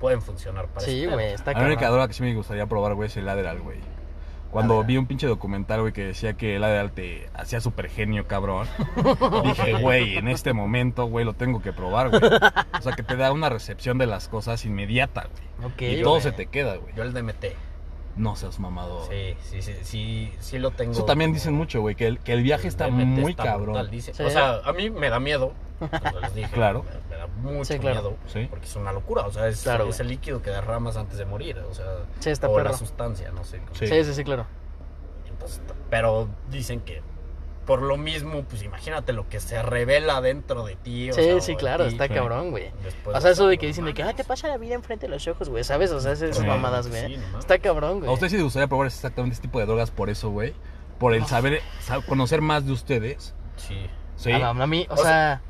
C: pueden funcionar para
A: Sí,
C: ese
A: güey,
C: pedo.
A: está
B: La única
A: cabrón.
B: droga que sí me gustaría probar, güey, es el Adderall, güey. Cuando
A: Adderall.
B: vi un pinche documental, güey, que decía que el Adderall te hacía súper genio, cabrón. Dije, güey, en este momento, güey, lo tengo que probar, güey. O sea, que te da una recepción de las cosas inmediata, güey.
A: Ok,
B: Y
A: güey.
B: todo se te queda, güey.
C: Yo el DMT.
B: No seas mamado.
C: Sí, sí, sí, sí, sí lo tengo.
B: Eso también dicen mucho, güey, que el, que el viaje está
C: Realmente
B: muy
C: está
B: cabrón.
C: brutal, dice.
A: Sí.
C: O sea, a mí me da miedo. como les dije,
B: Claro.
C: Me, me da mucho
A: Sí, claro.
C: miedo.
B: Sí.
C: Porque es una locura. O sea, es,
A: Claro,
C: es
A: güey.
C: el líquido que derramas antes de morir. O sea,
A: Sí, está
C: o
A: perro.
C: la sustancia, no sé. cómo-
B: Sí.
A: Sí, sí, sí, claro.
C: Entonces, está- pero dicen que por lo mismo, pues imagínate lo que se revela dentro de ti. o sea,
A: Sí,
C: o
A: sí,
C: de
A: claro,
C: ti,
A: está
B: sí.
A: cabrón, güey.
C: después
A: O sea, eso de
C: hacerlo,
A: que dicen de que, ah, te pasa la vida enfrente de los ojos, güey, ¿sabes? O sea, esas esas
B: Sí,
A: mamadas,
C: sí,
A: güey.
C: no mames.
A: Está cabrón,
B: A
A: güey.
B: ustedes sí les gustaría probar exactamente este tipo de drogas por eso, güey. Por
C: Ah.
B: el saber, sa- conocer más de ustedes.
C: Sí.
B: Sí.
A: A, a mí, o,
C: O
A: sea,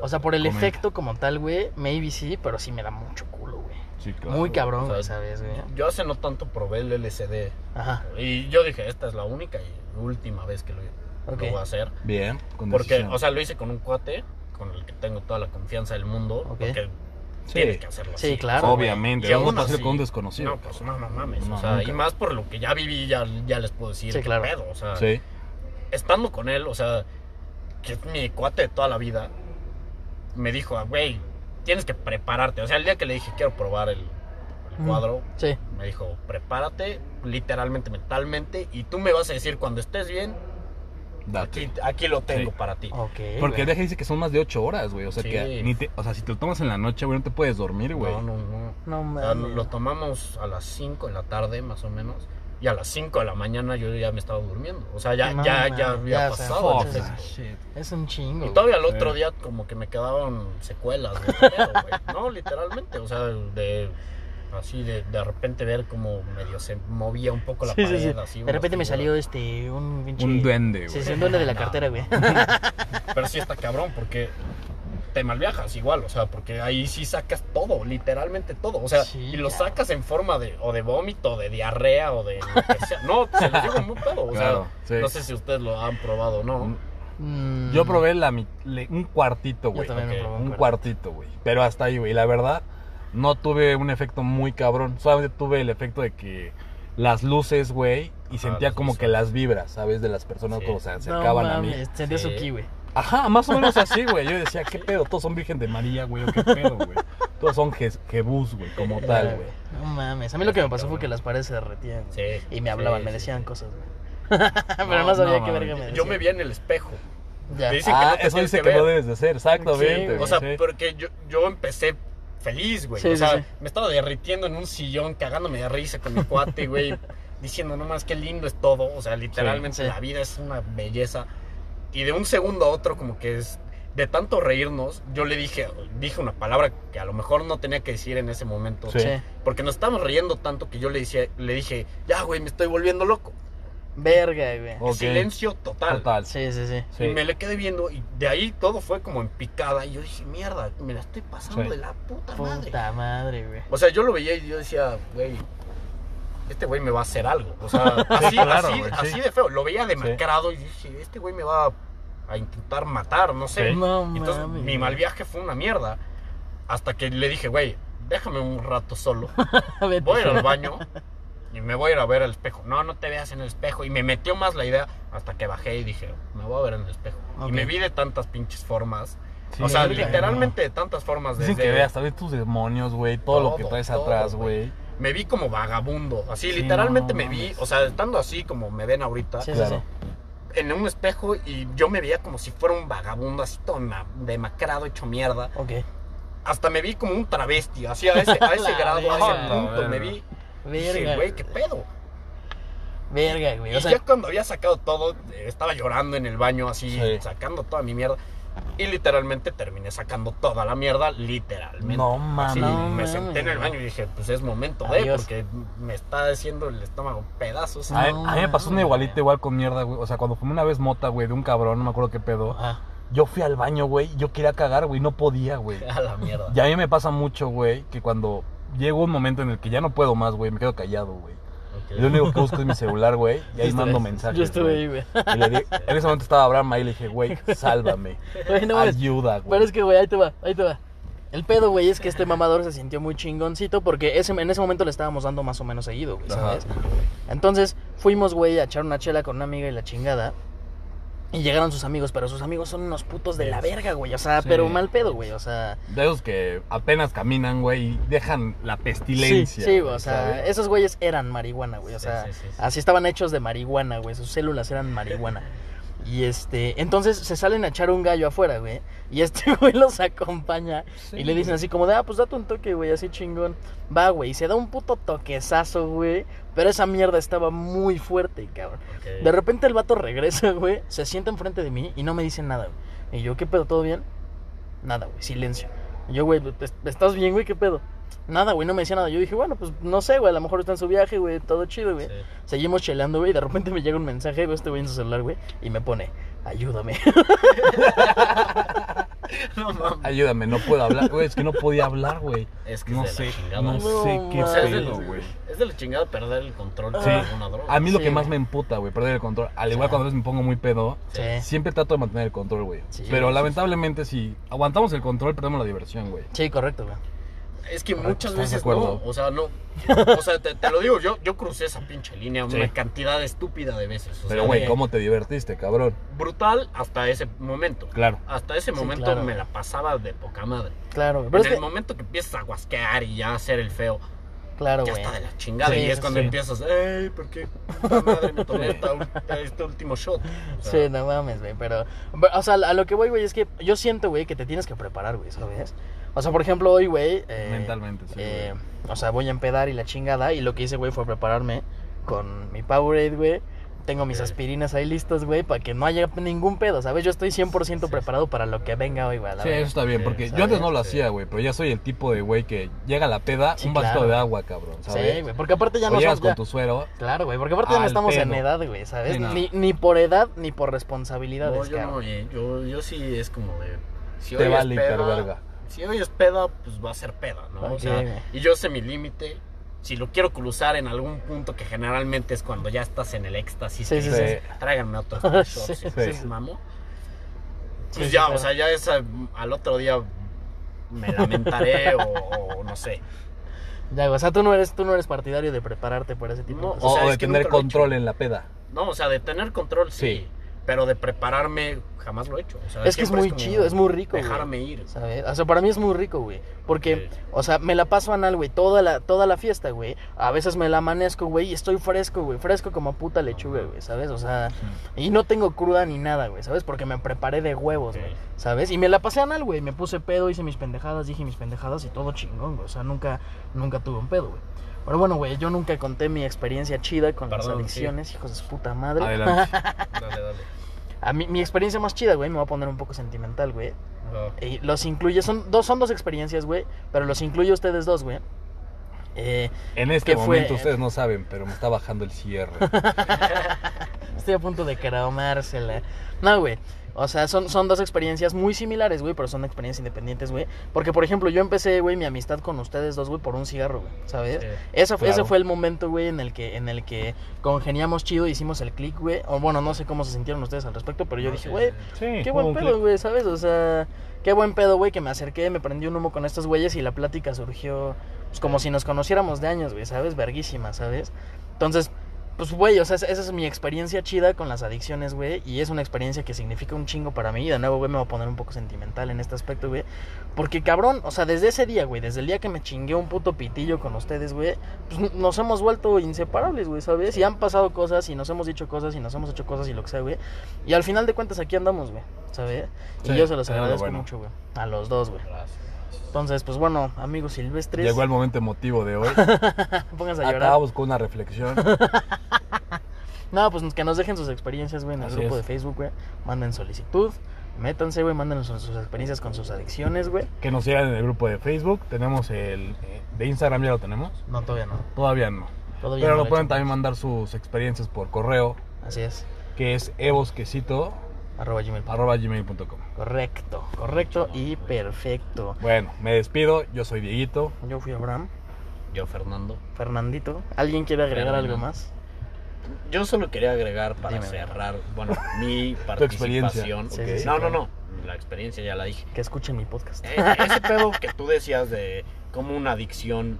A: o sea, por el
B: Comenta.
A: efecto como tal, güey, maybe sí, pero sí me da mucho culo, güey.
B: Sí, claro.
A: Muy cabrón,
C: O sea,
A: güey, ¿sabes, güey?
C: Yo hace no tanto probé el LSD.
A: Ajá.
C: Y yo dije, esta es la única y última vez que lo, lo
A: Ok.
C: voy a hacer.
B: Bien. con
C: Porque,
B: decisión.
C: o sea, lo hice con un cuate con el que tengo toda la confianza del mundo.
A: Ok.
C: Porque
B: Sí.
C: tienes que hacerlo
A: Sí,
C: así.
A: claro.
B: Obviamente,
C: Y
B: vamos
C: aún
B: a hacer
C: así-
B: con un desconocido.
C: No, pues no, no mames.
B: No,
C: o sea,
B: nunca.
C: y más por lo que ya viví, ya, ya les puedo decir.
A: Sí,
C: qué
A: claro.
C: pedo, o sea,
B: Sí,
C: estando con él, o sea, que es mi cuate de toda la vida, me dijo, "Ah, güey, tienes que prepararte. O sea, el día que le dije, quiero probar el, el
A: Mm.
C: cuadro,
A: Sí,
C: me dijo, prepárate literalmente, mentalmente, y tú me vas a decir cuando estés bien,
B: date.
C: aquí, aquí lo tengo
B: Ah, Sí.
C: para ti.
A: ok.
B: Porque el
A: güey.
B: viaje dice que son más de 8 horas, güey. O sea,
C: Sí.
B: que ni te- o sea, si te lo tomas en la noche, güey, no te puedes dormir, güey.
C: No, no, Ah, no.
A: No
C: O sea,
A: mames.
C: lo tomamos a las 5 de la tarde, más o menos. Y a las 5 de la mañana yo ya me estaba durmiendo. O sea, ya,
A: No,
C: ya,
A: man,
C: ya había
A: ya, o sea,
B: Oh,
C: pasado.
A: fuck,
B: pues,
C: el
A: o sea,
C: efecto.
A: Es un chingo.
C: y
A: güey.
C: todavía al otro
B: Sí.
C: día como que me quedaban secuelas. de pedo, güey. no, literalmente. O sea, de... Así de, de repente ver como medio se movía un poco la
A: Sí, sí,
C: pared.
A: sí.
C: así,
A: De
C: unas
A: repente me
C: figuras.
A: salió este, un pinche-
B: Un duende,
A: Sí,
B: güey.
A: sí, un duende de la
C: No.
A: cartera, güey.
C: Pero sí está cabrón porque te malviajas igual, o sea, porque ahí sí sacas todo, literalmente todo, o sea,
A: Sí,
C: y lo
A: claro.
C: sacas en forma de o de vómito, o de diarrea o de lo que sea. No, se los digo muy pedo, o
B: Claro,
C: sea,
B: sí.
C: no sé si ustedes lo han probado o no.
A: Mm.
B: Yo probé la, mi- le- un cuartito,
A: Yo
B: güey.
A: también
C: ok,
A: lo probé.
B: Un
A: güey.
B: cuartito, güey. Pero hasta ahí, güey. La verdad, no tuve un efecto muy cabrón. Solamente tuve el efecto de que las luces, güey, y
C: Ajá,
B: sentía
C: las
B: como
C: luces.
B: que Ah, las vibras, ¿sabes? De las personas
C: Sí.
B: cuando se
A: No
B: acercaban a mí.
A: mames, sentía su
C: Sí.
A: ki, güey.
B: Ajá, más o menos así, güey. Yo decía, ¿qué pedo? Todos son Virgen de María, güey. ¿o ¿Qué pedo, güey? Todos son Je- Jebús, güey, como
A: Ya,
B: tal, güey.
A: No mames. A mí lo que me pasó fue que las paredes se derretían. güey.
C: Sí.
A: Y me hablaban,
C: sí,
A: me
C: sí,
A: decían
C: sí.
A: cosas, güey. Pero no,
B: no
A: sabía qué
B: mames.
A: verga me decían.
C: Yo me vi en el espejo.
A: Ya.
C: Dicen que
B: Ah,
C: no te
B: eso
C: tienes
B: dice
C: que
B: que, no
C: ver.
B: debes de ser, exactamente.
A: Sí, güey.
B: güey,
C: O sea,
B: sí.
C: porque yo, yo empecé feliz, güey.
A: Sí,
C: o
A: sí,
C: sea,
A: sí.
C: me estaba derritiendo en un sillón, cagándome de risa con mi cuate, güey. diciendo nomás qué lindo es todo. O sea, literalmente
A: Sí, sí.
C: la vida es una belleza. Y de un segundo a otro, como que es. De tanto reírnos, yo le dije, dije una palabra que a lo mejor no tenía que decir en ese momento.
B: Sí.
A: Sí.
C: Porque nos estábamos riendo tanto que yo le, decía, le dije, ya, güey, me estoy volviendo loco.
A: Verga, güey.
B: Ok.
C: Silencio total.
B: Total.
A: Sí, sí, sí.
B: Sí.
C: Y me le quedé viendo y de ahí todo fue como en picada y yo dije, mierda, me la estoy pasando
B: Sí.
C: de la puta, madre.
A: Puta madre, güey.
C: O sea, yo lo veía y yo decía, güey, este güey me va a hacer algo. O sea, así,
B: claro,
C: así,
B: güey, sí.
C: así de feo. Lo veía demacrado y dije, este güey me va a intentar matar, no sé.
B: Sí.
A: No
C: Y Entonces,
A: mames.
C: mi mal viaje fue una mierda. Hasta que le dije, güey, déjame un rato solo.
A: Vete.
C: Voy a ir al baño y me voy a ir a ver al espejo. No, no te veas en el espejo. Y me metió más la idea hasta que bajé y dije, me voy a ver en el espejo.
A: Ok.
C: Y me vi de tantas pinches formas.
B: Sí,
C: o sea,
A: verga,
C: literalmente de tantas formas.
B: Dicen
C: desde-
B: que veas, sabes tus demonios, güey, todo, lo que
C: Todo,
B: traes
C: todo,
B: atrás,
C: güey.
B: güey.
C: me vi como vagabundo. Así,
B: Sí,
C: literalmente
B: no, no
C: me vi,
B: mames.
C: o sea, estando así como me ven ahorita,
A: Sí, sí,
B: Claro.
C: en un espejo y yo me veía como si fuera un vagabundo, así todo ma- demacrado, hecho mierda.
A: sí. Ok.
C: Hasta me vi como un travesti, así a ese, a ese
A: La
C: grado, a ese
A: verga.
C: punto me
B: Bueno.
C: vi. Dije,
A: Verga.
C: güey, qué pedo.
A: Verga, güey.
C: Y
A: O sea,
C: ya cuando había sacado todo, eh, estaba llorando en el baño, así,
B: Sí.
C: sacando toda mi mierda. Y literalmente terminé sacando toda la mierda, literalmente.
B: No
C: Así,
B: mames.
A: No
C: me
A: mames.
C: senté en el baño y dije, pues es momento de,
A: Adiós.
C: porque me está haciendo el estómago pedazos.
B: A,
A: No
B: a mí me pasó una
A: mames.
B: igualita igual con mierda, güey. O sea, cuando fumé una vez mota, güey, de un cabrón, no me acuerdo qué pedo.
A: ah,
B: Yo fui al baño, güey, y yo quería cagar, güey, no podía, güey.
C: A la mierda.
B: Y a mí me pasa mucho, güey, que cuando llego un momento en el que ya no puedo más, güey, me quedo callado, güey.
C: Ok.
B: Lo único que busco es mi celular, güey, y ahí
A: yo
B: mando
A: estuve-
B: mensajes.
A: Yo estuve
B: güey.
A: ahí, güey.
B: Y le di- en ese momento estaba Abraham ahí y le dije, güey, sálvame.
A: Güey, no mames.
B: ayuda, güey.
A: Pero es que, güey, ahí te va, ahí te va. El pedo, güey, es que este mamador se sintió muy chingoncito porque ese, en ese momento le estábamos dando más o menos seguido, güey,
B: Ajá.
A: ¿sabes? Entonces fuimos, güey, a echar una chela con una amiga y la chingada. Y llegaron sus amigos, pero sus amigos son unos putos de la verga, güey. O sea,
B: Sí.
A: pero mal pedo, güey. O sea,
B: De esos que apenas caminan, güey, y dejan la
A: Sí,
B: pestilencia.
A: sí,
B: güey,
A: o sea,
B: ¿sabes?
A: esos güeyes eran marihuana, güey. O
C: Sí,
A: sea,
C: sí, sí, sí.
A: así estaban hechos de marihuana, güey. Sus células eran marihuana. Y este, entonces se salen a echar un gallo afuera, güey. Y este güey los acompaña y le dicen así como de, ah, pues date un toque, güey, así chingón. Va, güey, y se da un puto toquezazo, güey. Pero esa mierda estaba muy fuerte, cabrón.
C: Ok.
A: De repente el vato regresa, güey, se sienta enfrente de mí y no me dice nada, güey. Y yo, ¿qué pedo? ¿Todo bien? Nada, güey, silencio. Y yo, güey, "¿Est- ¿estás bien, güey? ¿Qué pedo? Nada, güey, no me decía nada. Yo dije, bueno, pues no sé, güey, a lo mejor está en su viaje, güey, todo chido, güey.
C: Sí.
A: Seguimos cheleando, güey, y de repente me llega un mensaje, veo este güey en su celular, güey, y me pone, ayúdame.
C: No mames.
B: Ayúdame, no puedo hablar, güey, es que no podía hablar, güey.
C: Es que
B: No
C: es de la
B: sé,
C: chingada.
B: no
A: No
B: sé qué
A: mames.
C: O sea, es, de
B: pedo,
C: la,
B: güey.
C: es de la chingada perder el control
A: Sí.
C: de alguna droga.
B: A mí lo
A: Sí,
B: que más
A: güey.
B: me emputa, güey, perder el control. Al igual
A: Sí.
B: cuando a veces me pongo muy pedo,
A: Sí.
B: siempre trato de mantener el control, güey.
A: Sí,
B: Pero
A: sí,
B: lamentablemente si aguantamos el control, perdemos la diversión, güey.
A: Sí, correcto, güey.
C: Es que
B: Correcto,
C: muchas
B: ¿estás de
C: veces
B: acuerdo?
C: no. O sea, no. O sea, te, te lo digo, yo, yo crucé esa pinche línea
B: Sí.
C: una cantidad estúpida de veces. o sea,
B: Pero, güey,
A: de-
B: ¿cómo te divertiste, cabrón?
C: Brutal hasta ese momento.
B: Claro.
C: Hasta ese
A: Sí,
C: momento
A: claro.
C: me la pasaba de poca madre.
A: Claro, güey. Pero
C: en
A: es
C: el
A: que-
C: momento que empiezas a guasquear y ya a hacer el feo,
A: Claro,
C: ya
A: güey.
C: está de la chingada.
A: Sí,
C: y es
A: sí,
C: cuando
A: sí.
C: empiezas, ¡ey! ¿Por qué puta madre me tomé esta ul- este último shot? O sea,
A: Sí, no mames, güey, pero, pero, O sea, a lo que voy, güey, es que yo siento, güey, que te tienes que preparar, güey, ¿sabes? O sea, por ejemplo, hoy, güey... eh,
B: Mentalmente, sí. güey.
A: eh, o sea, voy a empedar y la chingada. Y lo que hice, güey, fue prepararme con mi Powerade, güey. Tengo mis
C: Ok.
A: aspirinas ahí listas, güey, para que no haya ningún pedo, ¿sabes? Yo estoy 100% preparado para lo que venga hoy, güey. a la
B: Sí,
A: verga.
B: eso está bien,
C: Sí,
B: porque yo
A: ¿sabes?
B: antes no lo
C: Sí.
B: hacía, güey, pero ya soy el tipo de güey que llega a la peda,
A: Sí,
B: un vasito
A: claro.
B: de agua, cabrón, ¿sabes?
A: Sí, güey, porque aparte ya
B: O
A: no
B: llegas
A: somos...
B: con
A: ya-
B: tu suero.
A: Claro, güey, porque aparte ya no
B: Al
A: estamos en
B: pedo.
A: edad, güey, ¿sabes?
B: Sí, no.
A: ni, ni por edad ni por responsabilidades,
C: No, yo
A: cabrón.
C: no, eh. yo, yo sí es como de. Si
B: Te
C: hoy
B: vale
C: es peda,
B: hiperverga.
C: Si hoy es peda, pues va a ser peda, ¿no?
A: Ok,
C: O sea,
A: güey.
C: y yo sé mi límite. Si lo quiero cruzar en algún punto, que generalmente es cuando ya estás en el éxtasis,
A: Sí,
C: que
A: sí,
C: dices, tráiganme otros tres
A: Sí,
C: shots,
A: sí,
B: sí.
C: si sí. mamo.
A: Sí,
C: Pues
A: sí,
C: ya,
A: claro.
C: o sea, ya es, eh, al otro día me lamentaré o, o no sé.
A: Ya, güey, o sea, tú no eres, tú no eres partidario de prepararte por ese tipo
C: No,
A: de
B: O,
A: cosas.
C: o
B: o
C: sea, es
B: de
C: que
B: tener
C: nunca lo he
B: control
C: hecho.
B: en la peda.
C: No, o sea, de tener control sí,
B: Sí.
C: pero de prepararme jamás lo he hecho. O sea,
A: Es que es
C: siempre
A: muy
C: como
A: chido, es muy rico, güey.
C: Dejarme ir.
A: ¿Sabes? O sea, para mí es muy rico, güey. Porque,
C: Sí.
A: o sea, me la paso anal, güey, toda la, toda la fiesta, güey. A veces me la amanezco, güey, y estoy fresco, güey. Fresco como puta lechuga, güey, ¿sabes? O sea, y no tengo cruda ni nada, güey, ¿sabes? Porque me preparé de huevos,
C: Sí.
A: Pues, güey, ¿sabes? Y me la pasé anal, güey. Me puse pedo, hice mis pendejadas, dije mis pendejadas y todo chingón, güey. O sea, nunca, nunca tuve un pedo, güey. Pero bueno, güey, yo nunca conté mi experiencia chida con las
C: Perdón, sí.
A: adicciones, hijos de su puta madre.
B: Adelante.
C: Dale, dale.
A: A mí, mi experiencia más chida, güey, me voy a poner un poco sentimental, güey. Y los incluye, son dos, son dos experiencias, güey, pero los incluye a ustedes dos, güey. Eh,
B: En este
A: ¿Qué fue?
B: momento ustedes no saben, pero me está bajando el cierre.
A: estoy a punto de cromársela. No, güey. O sea, son, son dos experiencias muy similares, güey, pero son experiencias independientes, güey. Porque, por ejemplo, yo empecé, güey, mi amistad con ustedes dos, güey, por un cigarro, güey, ¿sabes?
C: Sí.
A: Eso fue,
B: Claro.
A: Ese fue el momento, güey, en el que, en el que congeniamos chido, hicimos el click, güey. O bueno, no sé cómo se sintieron ustedes al respecto, pero yo dije, güey,
B: Sí,
A: qué
B: fue
A: buen
B: un
A: pedo,
B: clip.
A: güey, ¿sabes? O sea, qué buen pedo, güey, que me acerqué, me prendí un humo con estos güeyes y la plática surgió pues, como si nos conociéramos de años, güey, ¿sabes? Verguísima, ¿sabes? Entonces, pues, güey, o sea, esa esa es mi experiencia chida con las adicciones, güey, y es una experiencia que significa un chingo para mí. Y de nuevo, güey, me voy a poner un poco sentimental en este aspecto, güey. Porque, cabrón, o sea, desde ese día, güey, desde el día que me chingué un puto pitillo con ustedes, güey, pues n- nos hemos vuelto inseparables, güey, ¿sabes? Y han pasado cosas y nos hemos dicho cosas y nos hemos hecho cosas y lo que sea, güey. Y al final de cuentas aquí andamos, güey, ¿sabes? Y
B: Sí,
A: yo se los
B: era lo
A: agradezco
B: bueno.
A: mucho, güey. A los dos, güey. Entonces, pues bueno, amigos silvestres,
B: Llegó el Ah, momento emotivo de hoy.
A: pónganse a llorar.
B: Acabamos con una reflexión.
A: No, pues que nos dejen sus experiencias, güey, en el
B: Así
A: grupo de
B: es.
A: Facebook, güey. Manden solicitud, métanse, güey, manden sus, sus experiencias con sus adicciones, güey.
B: Que nos sigan en el grupo de Facebook. Tenemos el eh, de Instagram, ya lo tenemos.
A: No, todavía no.
B: Todavía no.
A: Todavía no
B: Pero nos
A: lo he
B: pueden
A: hecho.
B: también mandar sus experiencias por correo,
A: Así es.
B: que es evosquecito.com.
A: Arroba gmail. Correcto, correcto y perfecto.
B: Bueno, me despido. Yo soy Dieguito.
A: Yo fui Abraham,
C: Yo, Fernando.
A: Fernandito. ¿Alguien quiere agregar
C: Fernando.
A: algo más?
C: Yo solo quería agregar para
A: Dime.
C: cerrar, bueno, mi
B: experiencia.
C: participación.
A: Sí,
C: Ok.
A: sí, sí,
C: no,
A: claro.
C: no, no. La experiencia ya la dije.
A: Que escuchen mi podcast.
C: E- ese pedo que tú decías de cómo una adicción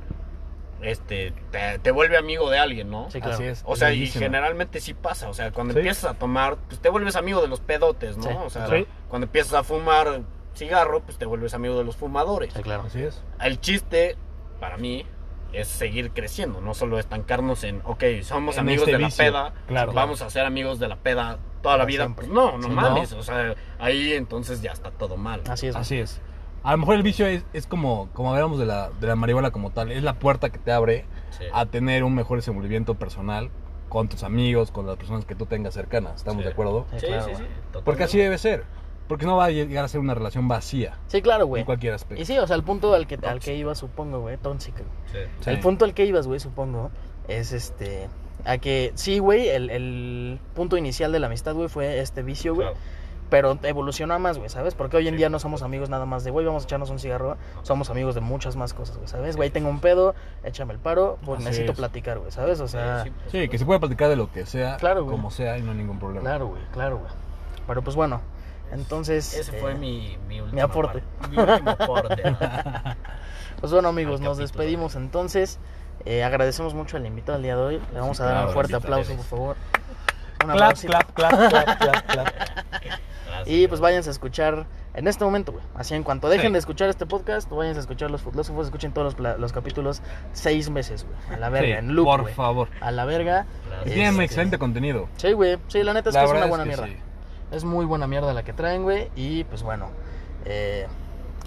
C: este te, te vuelve amigo de alguien, ¿no?
A: Sí, claro.
B: Así es.
C: O sea, y
B: Buenísimo.
C: generalmente sí pasa. O sea, cuando
B: Sí.
C: empiezas a tomar, pues te vuelves amigo de los pedotes, ¿no?
A: Sí.
C: O sea,
B: Sí.
C: cuando empiezas a fumar cigarro, pues te vuelves amigo de los fumadores.
A: Sí, claro.
B: Así es.
C: El chiste, para mí, es seguir creciendo, no solo estancarnos en, ok, somos
B: En
C: amigos
B: este
C: de la
B: vicio,
C: peda,
B: claro.
C: vamos a ser amigos de la peda toda la
A: Para
C: vida.
A: siempre.
C: Pues no, no
B: Sí,
C: mames.
B: ¿no?
C: O sea, ahí entonces ya está todo mal.
A: Así es. güey.
B: Así es. A lo mejor el vicio es, es como, como hablábamos de la, de la marihuana como tal, es la puerta que te abre
C: Sí.
A: Ah,
B: a tener un mejor desenvolvimiento personal con tus amigos, con las personas que tú tengas cercanas. ¿Estamos
C: Sí.
B: de acuerdo?
A: Sí, claro, güey.
B: Porque así debe ser. Porque no va a llegar a ser una relación vacía
A: Sí, claro, güey.
B: en cualquier
A: Y
B: aspecto.
A: sí, o sea, el punto al que, al que iba, supongo, güey, tóxica.
C: Sí.
B: Sí.
A: El punto al que ibas, güey, supongo, es este... A que, sí, güey, el, el punto inicial de la amistad, güey, fue este vicio, güey.
C: Claro.
A: Pero evolucionó a más, güey, ¿sabes? Porque hoy en
C: Sí.
A: día no somos amigos nada más de, güey, vamos a echarnos un cigarro. Somos amigos de muchas más cosas, güey, ¿sabes? Güey, tengo un pedo, échame el paro, güey,
B: Así
A: necesito
B: es.
A: platicar, güey, ¿sabes? O sea...
C: Sí, pues,
B: Sí, que se puede platicar de lo que sea,
A: Claro, güey.
B: como sea, y no hay ningún problema.
A: Claro, güey, claro, güey. Pero pues bueno, entonces...
C: Ese
A: eh,
C: fue mi, mi, última
A: aporte.
C: par- Mi último aporte. ¿no?
A: Pues bueno, amigos,
C: al
A: nos
C: capítulo.
A: despedimos entonces. Eh, agradecemos mucho al invitado del día de hoy. Le vamos a dar
B: Sí, claro,
A: un fuerte
C: invitado
A: aplauso,
C: eres.
A: por favor. Un
B: Clap,
A: aplauso.
B: clap, clap, clap, clap, clap.
C: Gracias.
A: Y pues váyanse a escuchar en este momento, güey. Así en cuanto dejen
B: Sí.
A: de escuchar este podcast, váyanse a escuchar los filósofos, escuchen todos los, pla- los capítulos seis meses, güey. A la verga,
B: Sí,
A: en loop,
B: por
A: güey.
B: favor.
A: A la verga.
C: Gracias.
B: Y Tienen
A: Este-
B: excelente contenido.
A: Sí, güey. Sí, la neta es
B: La
A: que es una
B: verdad
A: buena
B: que
A: mierda.
B: sí.
A: Es muy buena mierda la que traen, güey. Y pues bueno, eh,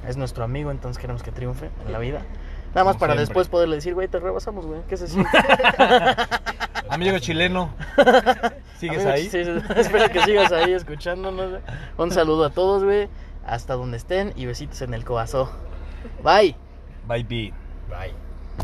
A: es nuestro amigo, entonces queremos que triunfe en la vida. Nada más
B: Como
A: para
B: siempre.
A: después poderle decir, güey, te rebasamos, güey. ¿Qué se siente?
B: Amigo chileno, ¿sigues
A: Amigo,
B: ahí?
A: sí, sí, espero que sigas ahí escuchándonos. güey. Un saludo a todos, güey. Hasta donde estén y besitos en el coazo. Bye.
B: Bye, P.
C: Bye.